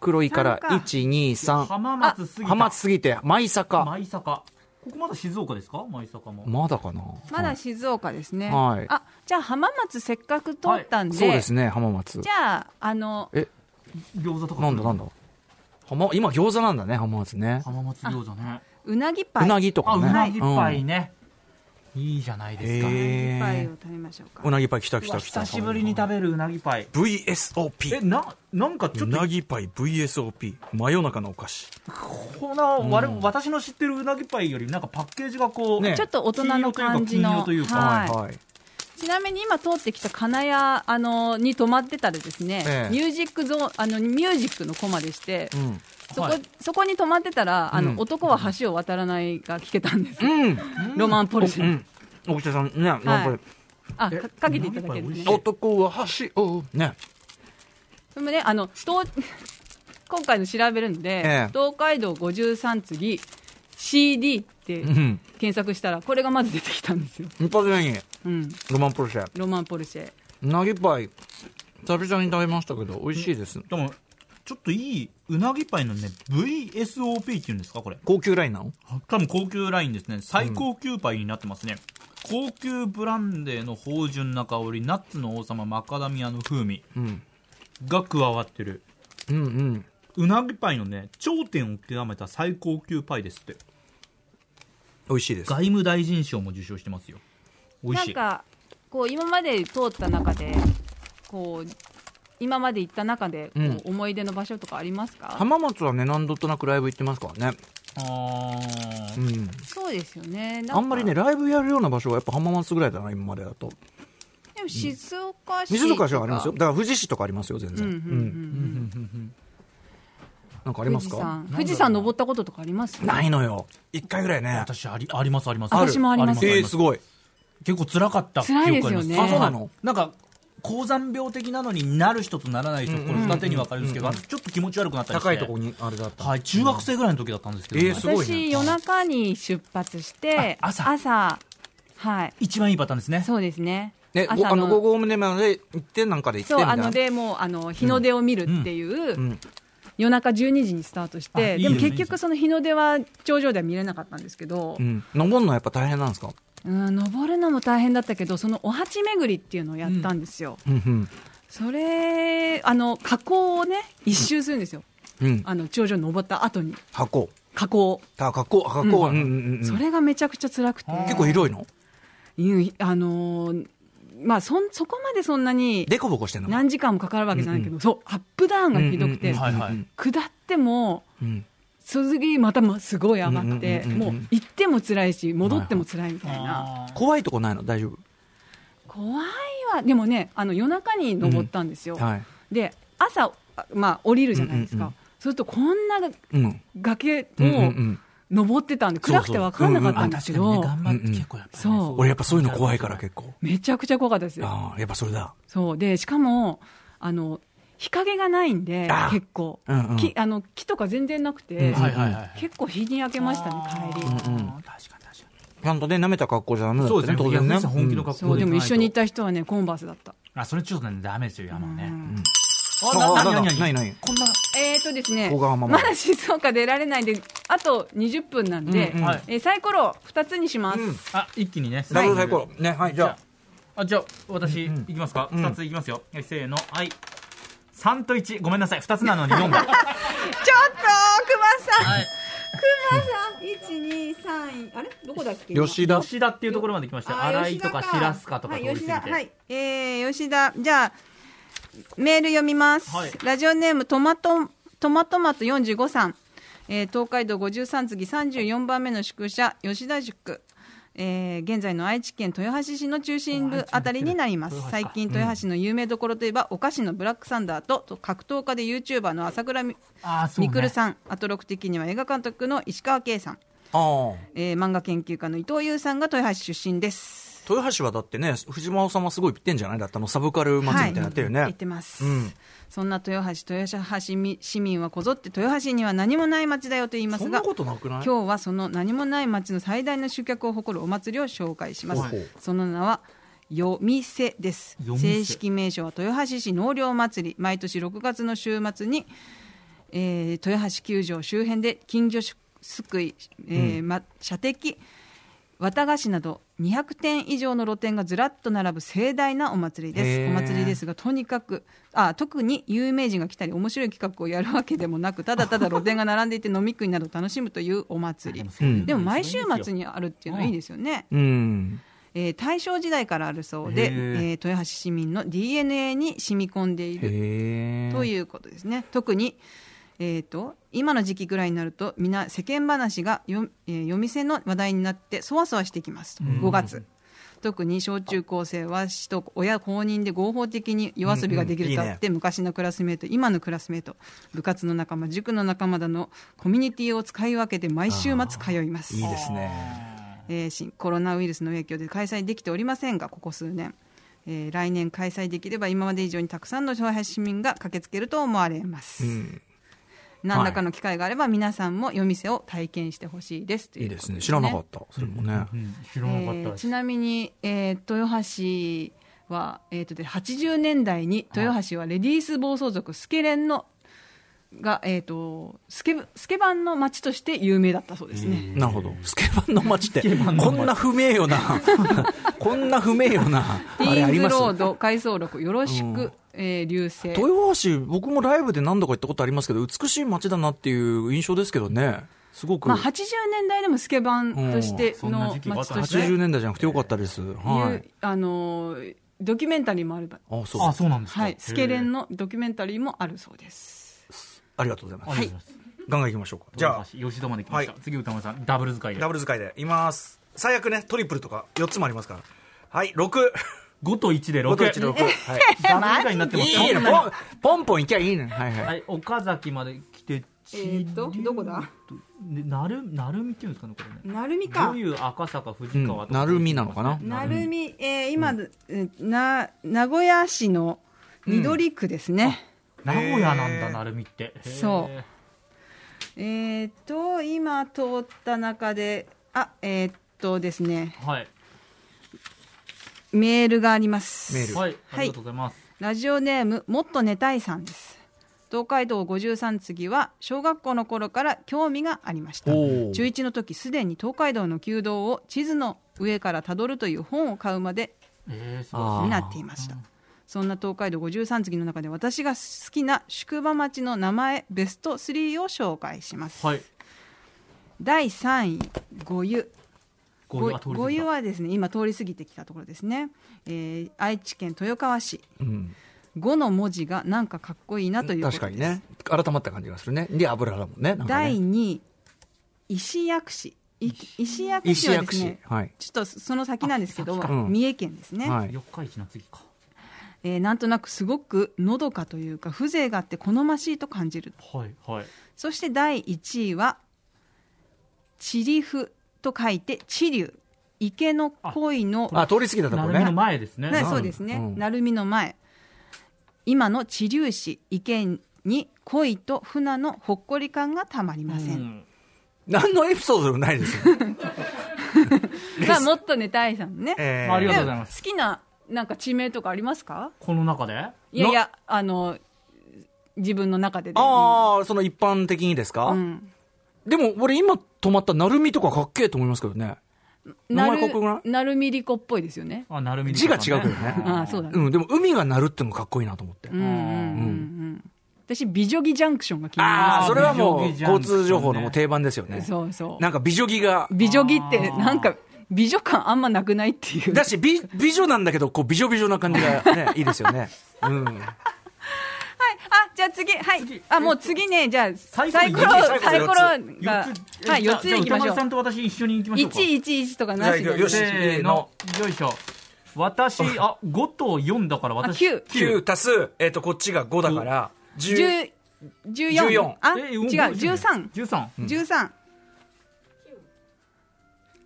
[SPEAKER 2] 黒いから、
[SPEAKER 4] 三か
[SPEAKER 2] 1、2、3。
[SPEAKER 3] 浜松すぎた
[SPEAKER 2] 浜松すぎて、舞坂。
[SPEAKER 3] 舞坂ここまだ静岡ですか舞坂も
[SPEAKER 2] まだかな
[SPEAKER 4] まだ静岡ですね。
[SPEAKER 2] はい
[SPEAKER 4] あ、じゃあ浜松せっかく通ったんで、
[SPEAKER 2] そうですね、浜松
[SPEAKER 4] じ。ゃああの
[SPEAKER 3] 餃子とか
[SPEAKER 2] なんだなんだ浜、今餃子なんだね、浜松ね。
[SPEAKER 3] 浜松餃子ね
[SPEAKER 4] うなぎパイ、
[SPEAKER 2] うなぎと
[SPEAKER 3] あ
[SPEAKER 2] か
[SPEAKER 3] う
[SPEAKER 2] ね。
[SPEAKER 3] なぎパ
[SPEAKER 2] う
[SPEAKER 3] イ
[SPEAKER 2] ん
[SPEAKER 3] ねいいじゃないですか
[SPEAKER 4] うなぎパイを
[SPEAKER 2] へえ。
[SPEAKER 4] 食べましょうか。
[SPEAKER 2] うなぎパイ来た来
[SPEAKER 3] うわ
[SPEAKER 2] た来た。
[SPEAKER 3] 久しぶりに食べるうなぎパイえ
[SPEAKER 7] VSOP
[SPEAKER 3] ななんかち
[SPEAKER 7] う
[SPEAKER 3] ょっと
[SPEAKER 7] なぎパイ VSOP 真夜中のお菓子
[SPEAKER 3] この、われ私の知ってるうなぎパイよりなんかパッケージがこう、
[SPEAKER 2] ね
[SPEAKER 4] ちょっと大人の感じの。
[SPEAKER 3] 金色というか
[SPEAKER 4] は
[SPEAKER 2] はい
[SPEAKER 4] い
[SPEAKER 2] はい。
[SPEAKER 4] ちなみに今通ってきた金谷あのに泊まってたらですね、
[SPEAKER 2] ええ
[SPEAKER 4] ミュージックゾーンあのミュージックのコマでして、
[SPEAKER 2] うん。
[SPEAKER 4] そこ、
[SPEAKER 3] はい
[SPEAKER 4] そこに泊まってたらあの、
[SPEAKER 2] うん
[SPEAKER 4] 男は橋を渡らないが聞けたんです。
[SPEAKER 2] うん。
[SPEAKER 4] ロマンポルシェ。
[SPEAKER 2] うん。大北さん、ね、やっぱり
[SPEAKER 4] あ、かかけていただけるんですね。
[SPEAKER 2] 男は橋を。ね。
[SPEAKER 4] でもね、あの、東今回の調べるんで、
[SPEAKER 2] ええ
[SPEAKER 4] 東海道53次 CD って
[SPEAKER 2] うん。
[SPEAKER 4] 検索したら、これがまず出てきたんですよ。
[SPEAKER 2] 一発目に、
[SPEAKER 4] うん。
[SPEAKER 2] ロマンポルシェ。
[SPEAKER 4] ロマンポルシェ。
[SPEAKER 2] うなぎパイ、久々に食べましたけど、美味しいです。
[SPEAKER 3] でもちょっといいうなぎパイのね VSOP っていうんですかこれ
[SPEAKER 2] 高級ラインなの
[SPEAKER 3] 多分高級ラインですね最高級パイになってますね、高級ブランデーの芳醇な香りナッツの王様マカダミアの風味
[SPEAKER 2] うん。
[SPEAKER 3] が加わってる
[SPEAKER 2] うんうん。
[SPEAKER 3] うなぎパイのね頂点を極めた最高級パイですって
[SPEAKER 2] 美味しいです。
[SPEAKER 3] 外務大臣賞も受賞してますよ美味
[SPEAKER 4] な
[SPEAKER 3] し
[SPEAKER 4] ん
[SPEAKER 3] い
[SPEAKER 4] か、こう、今まで通った中で、こう、今まで行った中で、こう
[SPEAKER 2] うん
[SPEAKER 4] 思い出の場所とかありますか、
[SPEAKER 2] 浜松はね、何度となくライブ行ってますからね。
[SPEAKER 3] あ
[SPEAKER 2] う
[SPEAKER 3] ー
[SPEAKER 2] ん。
[SPEAKER 4] そうですよね。なか
[SPEAKER 2] あんまりね、、ライブやるような場所はやっぱ浜松ぐらいだな、今までだと。
[SPEAKER 4] でも静岡市。
[SPEAKER 2] 水とかはありますよ。だから富士市とかありますよ、全
[SPEAKER 4] うん
[SPEAKER 2] 然。
[SPEAKER 4] うんう
[SPEAKER 2] うん。
[SPEAKER 4] ん
[SPEAKER 2] なんかあ
[SPEAKER 4] う
[SPEAKER 2] り
[SPEAKER 4] ん。
[SPEAKER 2] ま
[SPEAKER 4] 富
[SPEAKER 2] す
[SPEAKER 4] 士
[SPEAKER 2] か
[SPEAKER 4] 山。富士山登ったこととかあります
[SPEAKER 2] ないのよ。一回ぐらいね。
[SPEAKER 3] 私ありありますあります
[SPEAKER 4] ある私もあります
[SPEAKER 3] あ
[SPEAKER 2] え
[SPEAKER 3] り
[SPEAKER 2] ー、
[SPEAKER 3] ます
[SPEAKER 2] すごい。
[SPEAKER 3] 結構辛かった記憶
[SPEAKER 4] 辛いです
[SPEAKER 3] ありま
[SPEAKER 4] よ
[SPEAKER 3] す
[SPEAKER 4] ね
[SPEAKER 2] あそうなの
[SPEAKER 3] なんか高山病的なのになる人とならない人これ二手に分かれるんですけど、ちょっと気持ち悪くなったりして
[SPEAKER 2] 高いとこにあれだった。
[SPEAKER 3] はい中学生ぐらいの時だったんですけど、
[SPEAKER 2] えーすごいね
[SPEAKER 4] 私、夜中に出発して、
[SPEAKER 3] あ朝
[SPEAKER 4] はい、
[SPEAKER 3] 一番いいパターンですね
[SPEAKER 4] そうですね。
[SPEAKER 2] ね、ご
[SPEAKER 4] 朝
[SPEAKER 2] あの、
[SPEAKER 4] の
[SPEAKER 2] 5合目まで行って、なんかで行って
[SPEAKER 4] そ
[SPEAKER 2] み
[SPEAKER 4] う、
[SPEAKER 2] た
[SPEAKER 4] あ
[SPEAKER 2] いな
[SPEAKER 4] の、。で、もう、あの、日の出を見るっていう、
[SPEAKER 2] うん。
[SPEAKER 4] 夜中12時にスタートし
[SPEAKER 3] あ
[SPEAKER 4] て、
[SPEAKER 3] いい
[SPEAKER 4] でも
[SPEAKER 3] ですね
[SPEAKER 4] 結局、その日の出は、頂上では見れなかったんですけど、
[SPEAKER 2] う
[SPEAKER 4] うん
[SPEAKER 2] ん。登るのはやっぱ大変なんですか
[SPEAKER 4] 登るのも大変だったけど、そのお鉢巡りっていうのをやったんですよ。
[SPEAKER 2] うんうん。
[SPEAKER 4] それ、あの、河口をね、一周するんですよ。
[SPEAKER 2] うん。
[SPEAKER 4] あの、頂上登った後に、
[SPEAKER 2] 箱。
[SPEAKER 4] 河口。
[SPEAKER 2] あ、格好、格好。うんうんうん。
[SPEAKER 4] それがめちゃくちゃ辛くて。
[SPEAKER 2] 結構広いの
[SPEAKER 4] うんあのーまあ、そん、そこまでそんなに、
[SPEAKER 2] でこぼこしてんの
[SPEAKER 4] 何時間もかかるわけじゃないけど、そう、アップダウンがひどくて、
[SPEAKER 2] うんうんうん
[SPEAKER 3] はいはい
[SPEAKER 4] 下っても、
[SPEAKER 2] うん。
[SPEAKER 4] 続きまたますごい上がって、
[SPEAKER 2] うんうんうんうん
[SPEAKER 4] もう行っても辛いし、戻っても辛いみたいな、
[SPEAKER 3] あー
[SPEAKER 2] 怖いとこないの大丈
[SPEAKER 4] 怖いわ、でもね、あの夜中に登ったんですよ、
[SPEAKER 2] 夫はい。
[SPEAKER 4] で朝、あまあ、降りるじゃないですか、
[SPEAKER 2] うんうん
[SPEAKER 4] そうするとこんな
[SPEAKER 2] うん。
[SPEAKER 4] 崖
[SPEAKER 2] うんうんう
[SPEAKER 4] を
[SPEAKER 2] ん。
[SPEAKER 4] 登ってたんで、
[SPEAKER 2] そうそう
[SPEAKER 4] 暗くて分かんなかったんですけ
[SPEAKER 3] 確
[SPEAKER 4] ど、
[SPEAKER 3] かにね頑張って結構やっぱりね、
[SPEAKER 4] うんうん
[SPEAKER 3] そ
[SPEAKER 2] 俺やっぱそういうの怖いから結構。
[SPEAKER 4] めちゃくちゃ怖かったですよ。
[SPEAKER 2] ああ、やっぱそれだ。
[SPEAKER 4] そうでしかもあの日陰がないんで
[SPEAKER 2] あ、
[SPEAKER 4] 結構、
[SPEAKER 2] うんうん
[SPEAKER 4] 木あの木とか全然なくて、
[SPEAKER 2] はいはい
[SPEAKER 3] はい
[SPEAKER 4] 結構日に焼けましたね、帰り。
[SPEAKER 3] うんうん
[SPEAKER 2] ちゃんとね、舐めた格好じゃダメだ
[SPEAKER 3] そ
[SPEAKER 2] っ
[SPEAKER 3] うで
[SPEAKER 2] て
[SPEAKER 3] す
[SPEAKER 2] ね、
[SPEAKER 3] ね
[SPEAKER 2] 当然ね。
[SPEAKER 3] 逆に本気の格
[SPEAKER 4] そ
[SPEAKER 3] 好
[SPEAKER 4] う
[SPEAKER 3] で
[SPEAKER 4] で
[SPEAKER 3] 行かないと
[SPEAKER 4] も一緒に行った人はね、コンバースだった。
[SPEAKER 3] あそれちょっとねダメですよ山はね
[SPEAKER 4] うん
[SPEAKER 3] あ
[SPEAKER 2] あ
[SPEAKER 3] な
[SPEAKER 2] あな
[SPEAKER 3] なに
[SPEAKER 2] ん
[SPEAKER 3] な
[SPEAKER 2] だ
[SPEAKER 3] に
[SPEAKER 2] な
[SPEAKER 3] ない
[SPEAKER 2] ない。
[SPEAKER 3] こんな
[SPEAKER 4] えーとですね、
[SPEAKER 2] 小川ママ
[SPEAKER 4] まだ静岡出られないんで、あと20分なんで、
[SPEAKER 2] うんうん
[SPEAKER 3] はい
[SPEAKER 4] えーサイコロ2つにします。
[SPEAKER 2] うん
[SPEAKER 3] あ一気にね
[SPEAKER 2] ダブルサイコロ。ね、はい、じゃ
[SPEAKER 3] あじゃあ私いきますか
[SPEAKER 2] ん
[SPEAKER 3] 二ついきますよはいせーのはい三と一ごめんなさい二つなのに四が
[SPEAKER 4] ちょっと、熊さん、
[SPEAKER 3] はい
[SPEAKER 4] 熊さん、1、2、3、あれどこだっけ
[SPEAKER 2] あ、 吉田。
[SPEAKER 3] 吉田っていうところまで来ました
[SPEAKER 4] あー
[SPEAKER 3] 新井とか
[SPEAKER 4] 吉田
[SPEAKER 3] 白須かとか
[SPEAKER 4] は
[SPEAKER 3] 通
[SPEAKER 4] い、
[SPEAKER 3] り過ぎ
[SPEAKER 4] 吉
[SPEAKER 3] て
[SPEAKER 4] 田、はい、えー、吉田、じゃあ、メール読みます。
[SPEAKER 3] はい
[SPEAKER 4] ラジオネーム、トマト、トマトマト45さん。えー、東海道53次34番目の宿舎、吉田塾。えー、現在の愛知県豊橋市の中心部あたりになります最近豊橋の有名どころといえば、お菓子のブラックサンダーとと格闘家で YouTuber の朝倉み
[SPEAKER 3] あーそう
[SPEAKER 4] み
[SPEAKER 3] ね
[SPEAKER 4] くるさん、アトロク的には映画監督の石川圭さん、
[SPEAKER 2] ああ。
[SPEAKER 4] えー、漫画研究家の伊藤優さんが豊橋出身です
[SPEAKER 2] 豊橋はだってね、藤間さんはすごい言ってんじゃないだったの、サブカル祭りみたいになってるよね。
[SPEAKER 4] はい、言ってます、
[SPEAKER 2] うん
[SPEAKER 4] そんな豊橋豊橋市民はこぞって豊橋には何もない町だよと言います
[SPEAKER 2] そんな
[SPEAKER 4] が
[SPEAKER 2] ことなくない
[SPEAKER 4] 今日はその何もない町の最大の集客を誇るお祭りを紹介します、
[SPEAKER 2] ほうほう
[SPEAKER 4] その名は夜店です
[SPEAKER 3] 夜店
[SPEAKER 4] 正式名称は豊橋市納涼祭り毎年6月の週末に、えー豊橋球場周辺で金魚すくい、えーま、射的綿菓子など200点以上の露店がずらっと並ぶ盛大なお祭り
[SPEAKER 2] へー
[SPEAKER 4] です。お祭りですが、とにかく、あ、特に有名人が来たり、面白い企画をやるわけでもなく、ただただ露店が並んでいて飲み食いなど楽しむというお祭り。
[SPEAKER 2] うん
[SPEAKER 4] でも毎週末にあるっていうのはいいですよね。
[SPEAKER 2] うん。
[SPEAKER 4] えー大正時代からあるそう
[SPEAKER 2] へ
[SPEAKER 4] で、え
[SPEAKER 2] ー
[SPEAKER 4] ー豊橋市民の DNA に染み込んでいる
[SPEAKER 2] へえ。
[SPEAKER 4] ということですね。特に、えー、と今の時期ぐらいになると皆世間話がよ、えー、夜店の話題になってそわそわしてきます5月特に小中高生は市と親公認で合法的に夜遊びができ
[SPEAKER 2] うんうんい
[SPEAKER 4] る
[SPEAKER 2] い
[SPEAKER 4] と
[SPEAKER 2] ね
[SPEAKER 4] あって昔のクラスメート今のクラスメート部活の仲間塾の仲間だのコミュニティを使い分けて毎週末通います
[SPEAKER 2] いいですね。
[SPEAKER 4] えー新コロナウイルスの影響で開催できておりませんがここ数年、えー来年開催できれば今まで以上にたくさんの上海市民が駆けつけると思われます、
[SPEAKER 2] うん。
[SPEAKER 4] 何らかの機会があれば皆さんも夜店を体験してほしいですと
[SPEAKER 2] い
[SPEAKER 4] い
[SPEAKER 2] いう
[SPEAKER 4] こ
[SPEAKER 2] で
[SPEAKER 4] と
[SPEAKER 2] すね。知らなかった。それもね
[SPEAKER 3] う。ん知
[SPEAKER 4] え
[SPEAKER 3] らなかった
[SPEAKER 4] ー
[SPEAKER 3] です
[SPEAKER 4] ちなみに、えー豊橋は、えー、とで80年代に豊橋はレディース暴走族スケレンのが、えー、とスケブスケバンの街として有名だったそうですね、
[SPEAKER 2] なるほど。スケバンの街って、
[SPEAKER 3] ケバンの
[SPEAKER 2] こ
[SPEAKER 3] 街
[SPEAKER 2] んな不名誉な、 こんな不名誉な、
[SPEAKER 4] テ
[SPEAKER 2] あ
[SPEAKER 4] ィ
[SPEAKER 2] れあ
[SPEAKER 4] ー
[SPEAKER 2] り
[SPEAKER 4] ンズ
[SPEAKER 2] ます
[SPEAKER 4] ロード回想録よろしく、
[SPEAKER 2] うん
[SPEAKER 4] えー流星
[SPEAKER 2] 豊橋、僕もライブで何度か行ったことありますけど、美しい街だなっていう印象ですけどね。すごく。
[SPEAKER 4] まあ、80年代でもスケバンとして
[SPEAKER 3] うんそんな
[SPEAKER 4] の
[SPEAKER 3] 時期があっ
[SPEAKER 4] 街
[SPEAKER 3] た
[SPEAKER 4] として、
[SPEAKER 2] 80年代じゃなくてよかったです。は
[SPEAKER 4] いう
[SPEAKER 2] い。
[SPEAKER 4] あのードキュメンタリーもあれば、
[SPEAKER 2] あ、そう
[SPEAKER 3] あ。そうなんですか
[SPEAKER 4] はい、スケレン
[SPEAKER 3] の
[SPEAKER 4] のドキュメンタリーもあるそうです。
[SPEAKER 2] ありがとうございます。
[SPEAKER 3] はい
[SPEAKER 2] ガンガン行きましょうか。
[SPEAKER 3] じ
[SPEAKER 2] じ
[SPEAKER 3] ゃ
[SPEAKER 2] ゃ
[SPEAKER 3] あ
[SPEAKER 2] あ、
[SPEAKER 3] 吉田まで来ました
[SPEAKER 2] は
[SPEAKER 3] 次歌丸さんダブル使いで
[SPEAKER 2] ダブル使いで。います。最悪ね、トリプルとか4つもありますから。はい、6。
[SPEAKER 3] 五と一で
[SPEAKER 2] 5
[SPEAKER 3] 六
[SPEAKER 2] と1で6。はい。
[SPEAKER 3] ダブル以下になってます
[SPEAKER 2] いいね、ポン、ポンポンいきゃいいね。はいはい。
[SPEAKER 3] はい、岡崎まで来て、
[SPEAKER 4] えーとどこだ
[SPEAKER 3] ねなる、なるみっていうんですかね、これね。
[SPEAKER 4] なるみ
[SPEAKER 3] どういう赤坂、藤川
[SPEAKER 2] うんなるみなのかな
[SPEAKER 4] なるみ、えー今、うんな、名古屋市の緑区ですね。
[SPEAKER 3] 名古屋なんだ、なるみって。へー
[SPEAKER 4] そうえーっと、今通った中で、あ、えーっとですね、
[SPEAKER 3] はい。
[SPEAKER 4] メールがあります。
[SPEAKER 2] メール
[SPEAKER 3] はい、ありがとうございます。
[SPEAKER 4] ラジオネームもっと寝たいさんです東海道53次は小学校の頃から興味がありました
[SPEAKER 2] おー
[SPEAKER 4] 中1の時すでに東海道の旧道を地図の上からたどるという本を買うまで
[SPEAKER 3] えー、す
[SPEAKER 2] あ
[SPEAKER 3] ご
[SPEAKER 2] ー
[SPEAKER 4] になっていましたそんな東海道53次の中で私が好きな宿場町の名前ベスト3を紹介します、
[SPEAKER 3] い。はい。
[SPEAKER 4] 第3位五湯
[SPEAKER 3] こういう、あ、通り
[SPEAKER 4] 五
[SPEAKER 3] 過ぎ
[SPEAKER 4] 湯
[SPEAKER 3] た
[SPEAKER 4] はですね今通り過ぎてきたところですね、えー愛知県豊川市
[SPEAKER 2] うん。
[SPEAKER 4] 五の文字がなんかかっこいいなということです
[SPEAKER 2] 確かにね。改まった感じがするね。で、油だもんね。なんかね
[SPEAKER 4] 第2位石薬師い石薬師
[SPEAKER 2] 石
[SPEAKER 4] はで
[SPEAKER 2] 薬
[SPEAKER 4] す
[SPEAKER 2] 師
[SPEAKER 4] ね。
[SPEAKER 2] はい。
[SPEAKER 4] ちょっとその先なんですけど、
[SPEAKER 3] あ先
[SPEAKER 2] かうん
[SPEAKER 4] 三重県ですね、
[SPEAKER 2] はい。
[SPEAKER 3] 四日市の次か。
[SPEAKER 4] えーなんとなくすごくのどかというか風情があって好ましいと感じる
[SPEAKER 3] はい、はい。
[SPEAKER 4] そして第1位は地理府と書いて地流池の恋の
[SPEAKER 2] あ、通り過ぎたとこ
[SPEAKER 3] なるみの
[SPEAKER 2] ね。
[SPEAKER 3] 前ですね。
[SPEAKER 4] ね、そうですね、
[SPEAKER 2] うん
[SPEAKER 4] 鳴海の前今の知粒子池に恋と船のほっこり感がたまりません、
[SPEAKER 2] 何のエピソードでもないですよ。
[SPEAKER 4] まあもっとね大さんね、
[SPEAKER 2] え
[SPEAKER 3] ありがとうござい
[SPEAKER 4] で
[SPEAKER 3] ます
[SPEAKER 4] 好きななんか地名とかありますか
[SPEAKER 3] この中で
[SPEAKER 4] いやいやあの自分の中でで
[SPEAKER 2] ああ、その一般的にですか、
[SPEAKER 4] うん
[SPEAKER 2] でも俺今止まった鳴海とかかっけえと思いますけどね。名
[SPEAKER 4] な
[SPEAKER 2] 前かっこよくない
[SPEAKER 4] るなるみりこっぽいですよね
[SPEAKER 3] あなるみ
[SPEAKER 2] 字が違うけどね
[SPEAKER 4] ああそうだね、
[SPEAKER 2] うん、でも海が鳴るってのもかっこいいなと思って。
[SPEAKER 4] うんうんうんうん、私美女木ジャンクションが気に
[SPEAKER 2] あ
[SPEAKER 4] な
[SPEAKER 2] あ、
[SPEAKER 3] ー
[SPEAKER 2] それはもう
[SPEAKER 3] 美女木ジャン
[SPEAKER 2] 交
[SPEAKER 3] クションね
[SPEAKER 2] 通情報のもう定番ですよね
[SPEAKER 4] る。そうそう
[SPEAKER 2] なんか美女着が、
[SPEAKER 4] 美女木ってなんか美女感あんまなくないっていう
[SPEAKER 2] だし美美女なんだけど、こう美女美女な感じが ね、いいですよね。うん。
[SPEAKER 4] はい、あ、じゃあ次、はい。あ、もう次ね、じゃあ、サイコ
[SPEAKER 3] サイコ
[SPEAKER 4] ロ
[SPEAKER 3] ロ、
[SPEAKER 4] サイコロが
[SPEAKER 3] 四、つ
[SPEAKER 4] はい、
[SPEAKER 3] じゃあ
[SPEAKER 4] 4ついきま
[SPEAKER 3] じ
[SPEAKER 4] し
[SPEAKER 3] ゃあ歌丸
[SPEAKER 4] ょう
[SPEAKER 3] さ。んと私一緒に行きましょうか
[SPEAKER 4] 111とかなし
[SPEAKER 7] じゃあ
[SPEAKER 4] で。
[SPEAKER 7] よし
[SPEAKER 3] せーのよいしょ私あ5と4だから私
[SPEAKER 4] あ九
[SPEAKER 2] 9足す、えっ、と、こっちが5だから、10。
[SPEAKER 4] 10 14。あ、違う、13。
[SPEAKER 3] 13
[SPEAKER 4] 13。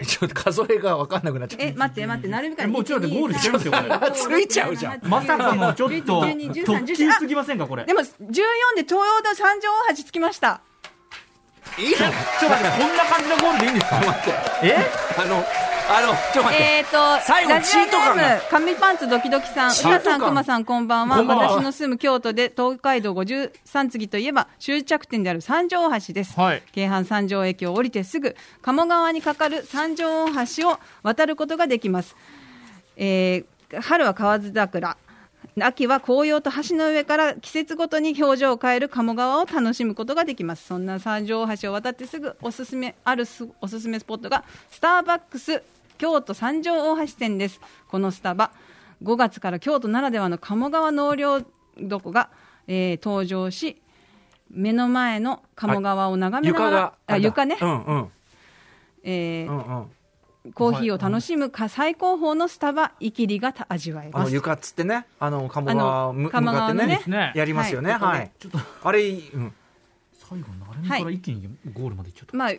[SPEAKER 2] ちょっと数えが分かんなくなっちゃう。
[SPEAKER 4] え、待って待って、なるべく
[SPEAKER 3] えもうちょっと待ってゴールしてるんですよこれ
[SPEAKER 2] ついちゃうじゃん
[SPEAKER 3] まさかのちょっと特急すぎ
[SPEAKER 4] ま
[SPEAKER 3] ませんかこれ
[SPEAKER 4] でも、14で東洋堂三条大橋着きま した。
[SPEAKER 3] ちょっと待ってこんな感じのゴールでいいんですかえ
[SPEAKER 2] あの、あの、ちょっと待って。
[SPEAKER 4] えーと、
[SPEAKER 2] 最後
[SPEAKER 4] ラジオネ
[SPEAKER 2] チート感
[SPEAKER 4] ー
[SPEAKER 2] が
[SPEAKER 4] ム、紙パンツドキドキさん、う
[SPEAKER 2] チー
[SPEAKER 4] た
[SPEAKER 2] ト
[SPEAKER 4] さ
[SPEAKER 2] 感
[SPEAKER 4] ん、くまさん、こんばんは。
[SPEAKER 2] こんばんは
[SPEAKER 4] 私の住む京都で、東海道53次といえば、終着点である三条大橋です。
[SPEAKER 3] はい
[SPEAKER 4] 京阪三条駅を降りてすぐ、鴨川に架かる三条大橋を渡ることができます。えー春は河津桜。秋は紅葉と橋の上から季節ごとに表情を変える鴨川を楽しむことができますそんな三条大橋を渡ってすぐおすすめあるすおすすめスポットがスターバックス京都三条大橋店ですこのスタバ5月から京都ならではの鴨川納涼床が、えー登場し目の前の鴨川を眺めなが
[SPEAKER 2] 床
[SPEAKER 4] ら
[SPEAKER 2] が、
[SPEAKER 4] あ床ね、
[SPEAKER 2] うんうん。
[SPEAKER 4] えー
[SPEAKER 2] うんうん。
[SPEAKER 4] コーヒーを楽しむか最高峰のスタバイキリがた味わえ
[SPEAKER 2] あ
[SPEAKER 4] ま
[SPEAKER 2] の
[SPEAKER 4] す
[SPEAKER 2] 床っつってね、あの鴨川をむ向
[SPEAKER 4] あの
[SPEAKER 2] かってね
[SPEAKER 4] 鴨
[SPEAKER 3] 川のね
[SPEAKER 2] やりますよね、
[SPEAKER 4] はい
[SPEAKER 2] はい。あれ、うん、
[SPEAKER 3] 最後なるみから一気にゴールまでいっちゃっ
[SPEAKER 4] まあ、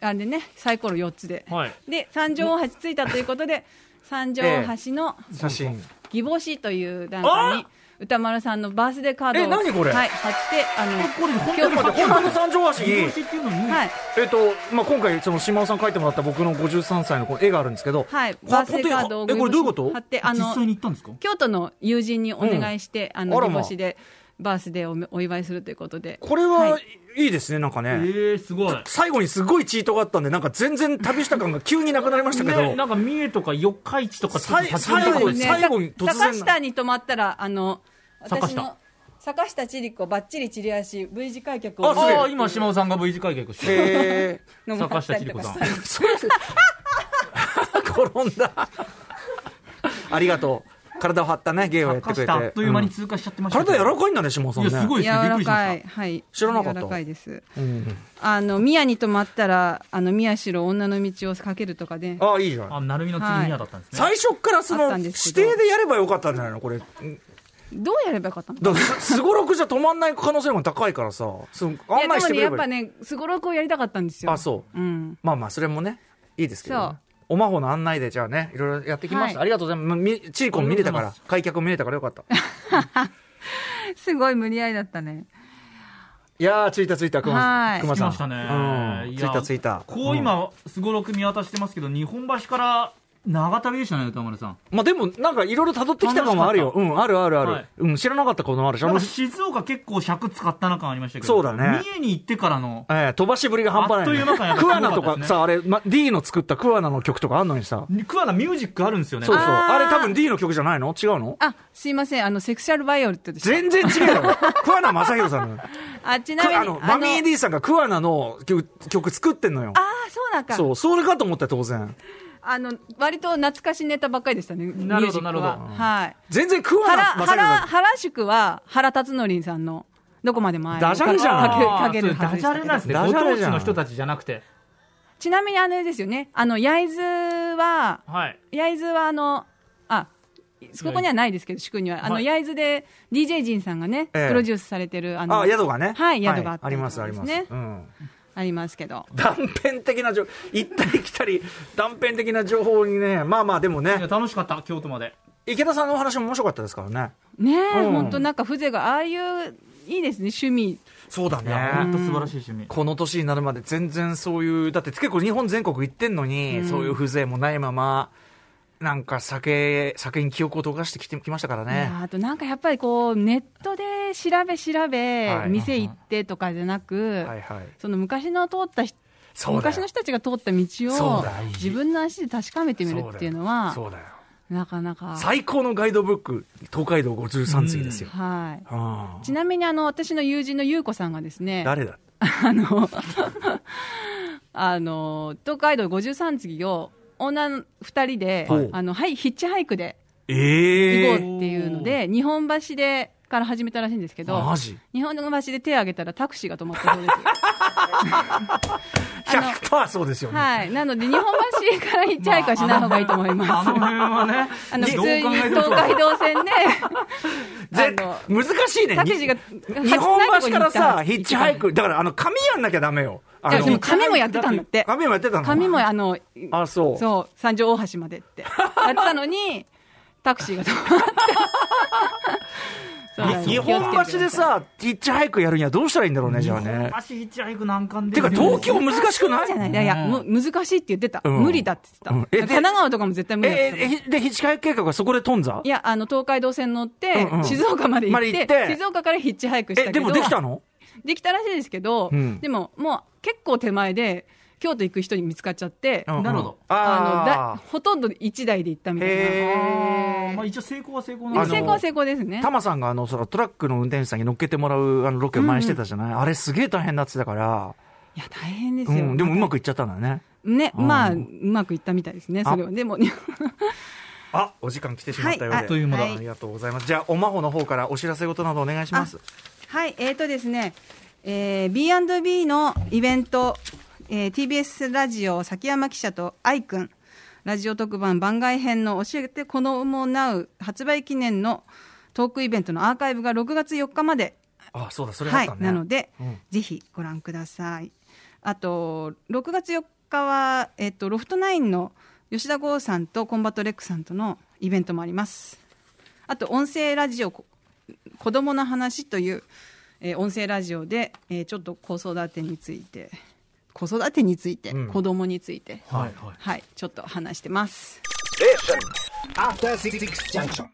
[SPEAKER 4] あれね、サイコロ4つで。
[SPEAKER 3] たはい
[SPEAKER 4] で、三条大橋着いたというこ とで、三条大橋の
[SPEAKER 2] 写真。
[SPEAKER 4] 義母子という段階に、歌丸さんのバースデーカードを。
[SPEAKER 2] え何これ
[SPEAKER 4] はい、貼って、あ
[SPEAKER 3] これ本
[SPEAKER 4] 京
[SPEAKER 3] 当
[SPEAKER 4] 都
[SPEAKER 3] に
[SPEAKER 4] の
[SPEAKER 2] 本当
[SPEAKER 3] 本
[SPEAKER 2] の三条
[SPEAKER 3] 当
[SPEAKER 2] 橋
[SPEAKER 3] に
[SPEAKER 2] に、えっ
[SPEAKER 3] 移動してっていうのに
[SPEAKER 4] の、はい、
[SPEAKER 2] と、まあ、今回、その島尾さん書いてもらった僕の53歳のこの絵があるんですけど、
[SPEAKER 4] はい、
[SPEAKER 2] ほ
[SPEAKER 4] バースデーカードを
[SPEAKER 2] え、これどういうこと
[SPEAKER 4] 貼って、あ
[SPEAKER 3] 実
[SPEAKER 4] の
[SPEAKER 3] 際、に行ったんですか
[SPEAKER 4] 京都の友人にお願いして、あの、
[SPEAKER 2] あら
[SPEAKER 4] 義
[SPEAKER 2] ま
[SPEAKER 4] 母子でバースデーをお祝いするということで。
[SPEAKER 2] これは、、
[SPEAKER 4] はい
[SPEAKER 2] いですね、なんか
[SPEAKER 3] え
[SPEAKER 2] ね。
[SPEAKER 3] ーすごい
[SPEAKER 2] 最後にすごいチートがあったんで、なんか全然旅した感が急になくなりましたけ
[SPEAKER 3] ね
[SPEAKER 2] ど、
[SPEAKER 3] なんか三重とか四日市とかちょっと立ち寄り
[SPEAKER 2] 最後に最
[SPEAKER 3] たかったです
[SPEAKER 2] 後に突然
[SPEAKER 4] 坂下に泊まったら、あの、
[SPEAKER 3] 坂
[SPEAKER 4] 私
[SPEAKER 3] 下
[SPEAKER 4] の、坂下千里子、ばっちり散り足、V 字開脚を
[SPEAKER 2] あすげえ
[SPEAKER 3] ああ今島尾さんが V 字開脚してる
[SPEAKER 2] え
[SPEAKER 4] のもあったりとか
[SPEAKER 3] 坂下千里子さん
[SPEAKER 4] そういう
[SPEAKER 2] ー、 それ、 転んだ。 ありがとう。体を張ったね、芸をやって
[SPEAKER 3] 高
[SPEAKER 2] くれて。
[SPEAKER 3] 下あっという間に通過しちゃってましたけど
[SPEAKER 2] 体柔らかいんだね、下尾さんね。
[SPEAKER 3] いやすごい
[SPEAKER 4] 柔
[SPEAKER 3] ですねびっくり
[SPEAKER 4] ら
[SPEAKER 3] しま
[SPEAKER 4] か
[SPEAKER 3] し
[SPEAKER 4] い、はい、
[SPEAKER 2] 知らなかった
[SPEAKER 4] 柔らかいです。
[SPEAKER 2] うん
[SPEAKER 4] あの宮に泊まったら、あの宮代女の道をかけるとかで、
[SPEAKER 2] ああ、いいじゃ
[SPEAKER 3] た
[SPEAKER 2] ん。
[SPEAKER 3] あ成海の次宮だったんですね
[SPEAKER 2] 最初からそ
[SPEAKER 4] あっ
[SPEAKER 2] の
[SPEAKER 4] たん
[SPEAKER 2] 指
[SPEAKER 4] です
[SPEAKER 2] 定
[SPEAKER 4] けど
[SPEAKER 2] でやればよかったんじゃないのこれ。
[SPEAKER 4] どうやればよかったの。
[SPEAKER 2] だすすごろくじゃ止まんない可能性も高いからさ、その
[SPEAKER 4] い
[SPEAKER 2] 案
[SPEAKER 4] や
[SPEAKER 2] 内し
[SPEAKER 4] で
[SPEAKER 2] て
[SPEAKER 4] も
[SPEAKER 2] く
[SPEAKER 4] ね、
[SPEAKER 2] れ
[SPEAKER 4] や
[SPEAKER 2] れば
[SPEAKER 4] っぱ
[SPEAKER 2] いい。
[SPEAKER 4] ね、すごろくをやりたかったんですよ。。
[SPEAKER 2] あ、そう
[SPEAKER 4] ん、
[SPEAKER 2] まあまあ、それもね、いいですけどね
[SPEAKER 4] そう。
[SPEAKER 2] おまほの案内で、じゃあね、いろいろやってきました。
[SPEAKER 4] はい
[SPEAKER 2] ありがとうございますみ。チーコン見れたから、開脚見れたからよかった。
[SPEAKER 4] すごい無理合いだったね。
[SPEAKER 2] いやー、ついたついた、熊さ
[SPEAKER 4] は
[SPEAKER 2] ん。
[SPEAKER 4] い
[SPEAKER 2] 熊
[SPEAKER 3] 着き
[SPEAKER 2] さん。
[SPEAKER 3] ましたね
[SPEAKER 2] うん。
[SPEAKER 3] い
[SPEAKER 2] つ
[SPEAKER 3] や
[SPEAKER 2] いたついた。
[SPEAKER 3] こう今すごろく見渡してますけど日本橋から長旅でしたね歌丸さん
[SPEAKER 2] まあでも、なんかいろいろ辿ってきた感もあるよ。うん、あるあるあ
[SPEAKER 3] は
[SPEAKER 2] るう
[SPEAKER 3] い。
[SPEAKER 2] ん、知らなかったこともあるし、あ
[SPEAKER 3] なん
[SPEAKER 2] の
[SPEAKER 3] か、静岡結構尺使ったな感ありましたけど
[SPEAKER 2] そうだね
[SPEAKER 3] 三重に行ってからの
[SPEAKER 2] ええ飛ばしぶりが半端ない、
[SPEAKER 3] あっという間感やっぱす
[SPEAKER 2] ク
[SPEAKER 3] ごか
[SPEAKER 2] ア
[SPEAKER 3] っ
[SPEAKER 2] ナ
[SPEAKER 3] たですね
[SPEAKER 2] とかさ、あれ、ま、D の作ったクアナの曲とかあんのにさ。
[SPEAKER 3] 桑名ミュージックあるんですよね
[SPEAKER 2] そうそう。
[SPEAKER 4] あー
[SPEAKER 2] あれ多分 D の曲じゃないの違うの
[SPEAKER 4] あ、すいません、あのセクシャルバイオレットでした。
[SPEAKER 2] 全然違うよ。 クアナ正宏さんの。く
[SPEAKER 4] あ、ちなみに、
[SPEAKER 2] あの、マミー D さんがクアナの曲曲作ってんのよ
[SPEAKER 4] あ。ー、そうなんか。
[SPEAKER 2] そう、それかと思ったよ当然。
[SPEAKER 4] あの、割と懐かしネタばっかりでしたね。
[SPEAKER 3] なるほど
[SPEAKER 4] ミュージック
[SPEAKER 3] な
[SPEAKER 4] は
[SPEAKER 3] るほど
[SPEAKER 4] はい。
[SPEAKER 2] 全然クア
[SPEAKER 4] 原、
[SPEAKER 2] ナ正
[SPEAKER 4] 原、
[SPEAKER 2] 宏さ
[SPEAKER 4] 原宿は原辰徳さんの、どこまでも会える
[SPEAKER 2] ダジャレじゃん
[SPEAKER 4] かけかける
[SPEAKER 3] あー
[SPEAKER 4] は
[SPEAKER 3] そう
[SPEAKER 4] ず
[SPEAKER 3] ダ
[SPEAKER 4] でし
[SPEAKER 3] ジャレ
[SPEAKER 4] たけど
[SPEAKER 3] なんですね
[SPEAKER 2] ダ
[SPEAKER 3] ご
[SPEAKER 2] ジャレ
[SPEAKER 3] 当
[SPEAKER 2] じゃ
[SPEAKER 3] 地
[SPEAKER 2] ん
[SPEAKER 3] の人たちじゃなくて
[SPEAKER 4] ちなみにあれですよね、あの焼津は、
[SPEAKER 3] はい
[SPEAKER 4] 焼津はあの、あそこにはないですけど、宿には、あの
[SPEAKER 3] はい
[SPEAKER 4] 焼津で DJ ジンさんがね、
[SPEAKER 2] ええ
[SPEAKER 4] プロデュースされてる、あ
[SPEAKER 2] ん。
[SPEAKER 4] の
[SPEAKER 2] あ、宿がね。
[SPEAKER 4] はい、宿があった
[SPEAKER 2] あります、あり
[SPEAKER 4] と
[SPEAKER 2] ま。
[SPEAKER 4] かですね
[SPEAKER 2] うん。
[SPEAKER 4] ありますけど、
[SPEAKER 2] 断片的な情行ったり来たり、断片的な情報にね、まあまあでも
[SPEAKER 3] い
[SPEAKER 2] ね
[SPEAKER 3] や、楽しかった京都まで
[SPEAKER 2] 池田さんのお話も面白かったですからね。
[SPEAKER 4] ねえ、
[SPEAKER 2] うん
[SPEAKER 4] 本当なんか風情がああいういいですね趣味
[SPEAKER 2] そうだ
[SPEAKER 3] いや、
[SPEAKER 2] ね
[SPEAKER 3] 本。当素晴らしい趣味。
[SPEAKER 2] この年になるまで全然そういう、だって結構日本全国行ってんのに、そういう風情もないまま、なんか酒、酒に記憶を溶かしてきてきましたから
[SPEAKER 4] い
[SPEAKER 2] ね
[SPEAKER 4] や。あとなんかやっぱりこうネットで調べ調べ、
[SPEAKER 2] はい
[SPEAKER 4] 店行ってとかじゃなく、
[SPEAKER 2] はいはい。
[SPEAKER 4] その昔の通った人
[SPEAKER 2] そうだ
[SPEAKER 4] 昔の
[SPEAKER 2] よ。
[SPEAKER 4] 人たちが通った道
[SPEAKER 2] そう
[SPEAKER 4] を
[SPEAKER 2] だいい
[SPEAKER 4] 自分の足で確かめてみるっていうのは
[SPEAKER 2] そうだよ。
[SPEAKER 4] なかなか
[SPEAKER 2] 最高のガイドブック、東海道53次ですよ。
[SPEAKER 4] はい
[SPEAKER 2] うん
[SPEAKER 4] ちなみにあの私の友人の優子さんがですね
[SPEAKER 2] 誰だ
[SPEAKER 4] あのあの東海道53次を女2人で、
[SPEAKER 2] はい
[SPEAKER 4] あのはい、ヒッチハイクで
[SPEAKER 2] え
[SPEAKER 4] 行
[SPEAKER 2] え
[SPEAKER 4] こうっていうので、日本橋でから始めたらしいんですけど
[SPEAKER 2] マジ
[SPEAKER 4] 日本橋で手を挙げたらタクシーが止まったそうですあ
[SPEAKER 2] 100%そうですよ
[SPEAKER 4] の
[SPEAKER 2] ね。
[SPEAKER 4] はいなので日本橋からヒッチハイクはしない方がいいと思います、
[SPEAKER 3] あの辺はね、
[SPEAKER 4] あの
[SPEAKER 2] ね
[SPEAKER 4] 普通に
[SPEAKER 2] どう考えても
[SPEAKER 4] 東海道線で、
[SPEAKER 2] ぜ
[SPEAKER 4] あの
[SPEAKER 2] 難しいね。
[SPEAKER 4] タクシーが
[SPEAKER 2] 日本橋からさ、
[SPEAKER 4] 初
[SPEAKER 2] ヒ
[SPEAKER 4] ないとこに行った
[SPEAKER 2] ッチハイク、だからあの、紙やんなきゃダメよ。あ
[SPEAKER 4] いやでも
[SPEAKER 2] の、
[SPEAKER 4] 紙もやってたんだって、
[SPEAKER 2] 紙もやってたの
[SPEAKER 4] 紙もあの
[SPEAKER 2] あ、そう。
[SPEAKER 4] そう三条大橋ま でってやってたのに、タクシーが止まって、そうなんです
[SPEAKER 2] 日本橋で、さ、ヒッチハイクやるにはどうしたらいいんだろうね、じゃあね。
[SPEAKER 3] 足ヒッチハイク難関で。
[SPEAKER 2] てか、東京難しく
[SPEAKER 4] 気を
[SPEAKER 2] な
[SPEAKER 4] つけてくださいじゃないいいやいや、む難しいって言ってた、
[SPEAKER 2] うん
[SPEAKER 4] 無理だって言って
[SPEAKER 2] え
[SPEAKER 4] た、
[SPEAKER 2] で
[SPEAKER 4] 神奈川とかも絶対無理だって言ってた。
[SPEAKER 2] え、え、で、ヒッチハイク計画はそこで頓挫
[SPEAKER 4] いや、あの、東海道線乗って、
[SPEAKER 2] うんうん
[SPEAKER 4] 静岡まで行っ
[SPEAKER 2] まで
[SPEAKER 4] て
[SPEAKER 2] 行って
[SPEAKER 4] 静岡からヒッチハイクした
[SPEAKER 2] え、
[SPEAKER 4] け
[SPEAKER 2] で
[SPEAKER 4] ど、
[SPEAKER 2] もできたの
[SPEAKER 4] できたらしいですけど、
[SPEAKER 2] うん
[SPEAKER 4] でも、もう結構手前で、京都行く人に見つかっちゃって、
[SPEAKER 2] うんうん
[SPEAKER 3] なるほど
[SPEAKER 4] あの
[SPEAKER 2] あ
[SPEAKER 4] だほとんど1台で行ったみたいな。
[SPEAKER 2] へ
[SPEAKER 3] あーまあ
[SPEAKER 2] ー
[SPEAKER 3] 一応成功は成功
[SPEAKER 4] で
[SPEAKER 3] な
[SPEAKER 4] も
[SPEAKER 3] んで
[SPEAKER 4] 成功は成功ですね
[SPEAKER 2] タ。マさんがあの、そのトラックの運転手さんに乗っけてもらうあのロケを前にしてたじゃないあれすげえ大変だって言ってたから。
[SPEAKER 4] いや、大変です
[SPEAKER 2] う
[SPEAKER 4] よ。
[SPEAKER 2] ん、でもうまくいっちゃったんだね。
[SPEAKER 4] ね、
[SPEAKER 2] うん
[SPEAKER 4] まあ、うまくいったみたいですね、それは。でも、
[SPEAKER 2] あ、お時間来てしまったようで。
[SPEAKER 4] はい
[SPEAKER 3] あっという間だ
[SPEAKER 4] はい
[SPEAKER 2] ありがとうございます。じゃあ、おまほの方からお知らせ事などお願いします。
[SPEAKER 4] はい、えーとですね、えー、B&B のイベント、えー TBS ラジオ崎山記者と愛くんラジオ特番番外編の教えてこのもなう発売記念のトークイベントのアーカイブが6月4日まで、
[SPEAKER 2] あそうだ、それあ
[SPEAKER 4] は
[SPEAKER 2] っ
[SPEAKER 4] い
[SPEAKER 2] たね。
[SPEAKER 4] なので、
[SPEAKER 2] うん
[SPEAKER 4] ぜひご覧ください。あと6月4日はえっ、とロフトナインの吉田剛さんとコンバットレックさんとのイベントもあります。あと音声ラジオこ子供の話という、えー音声ラジオで、えーちょっと子育てについて子育てについて、
[SPEAKER 2] うん
[SPEAKER 4] 子供について
[SPEAKER 3] はいはい。
[SPEAKER 4] はいちょっと話してます。
[SPEAKER 1] Station. After Six Junction.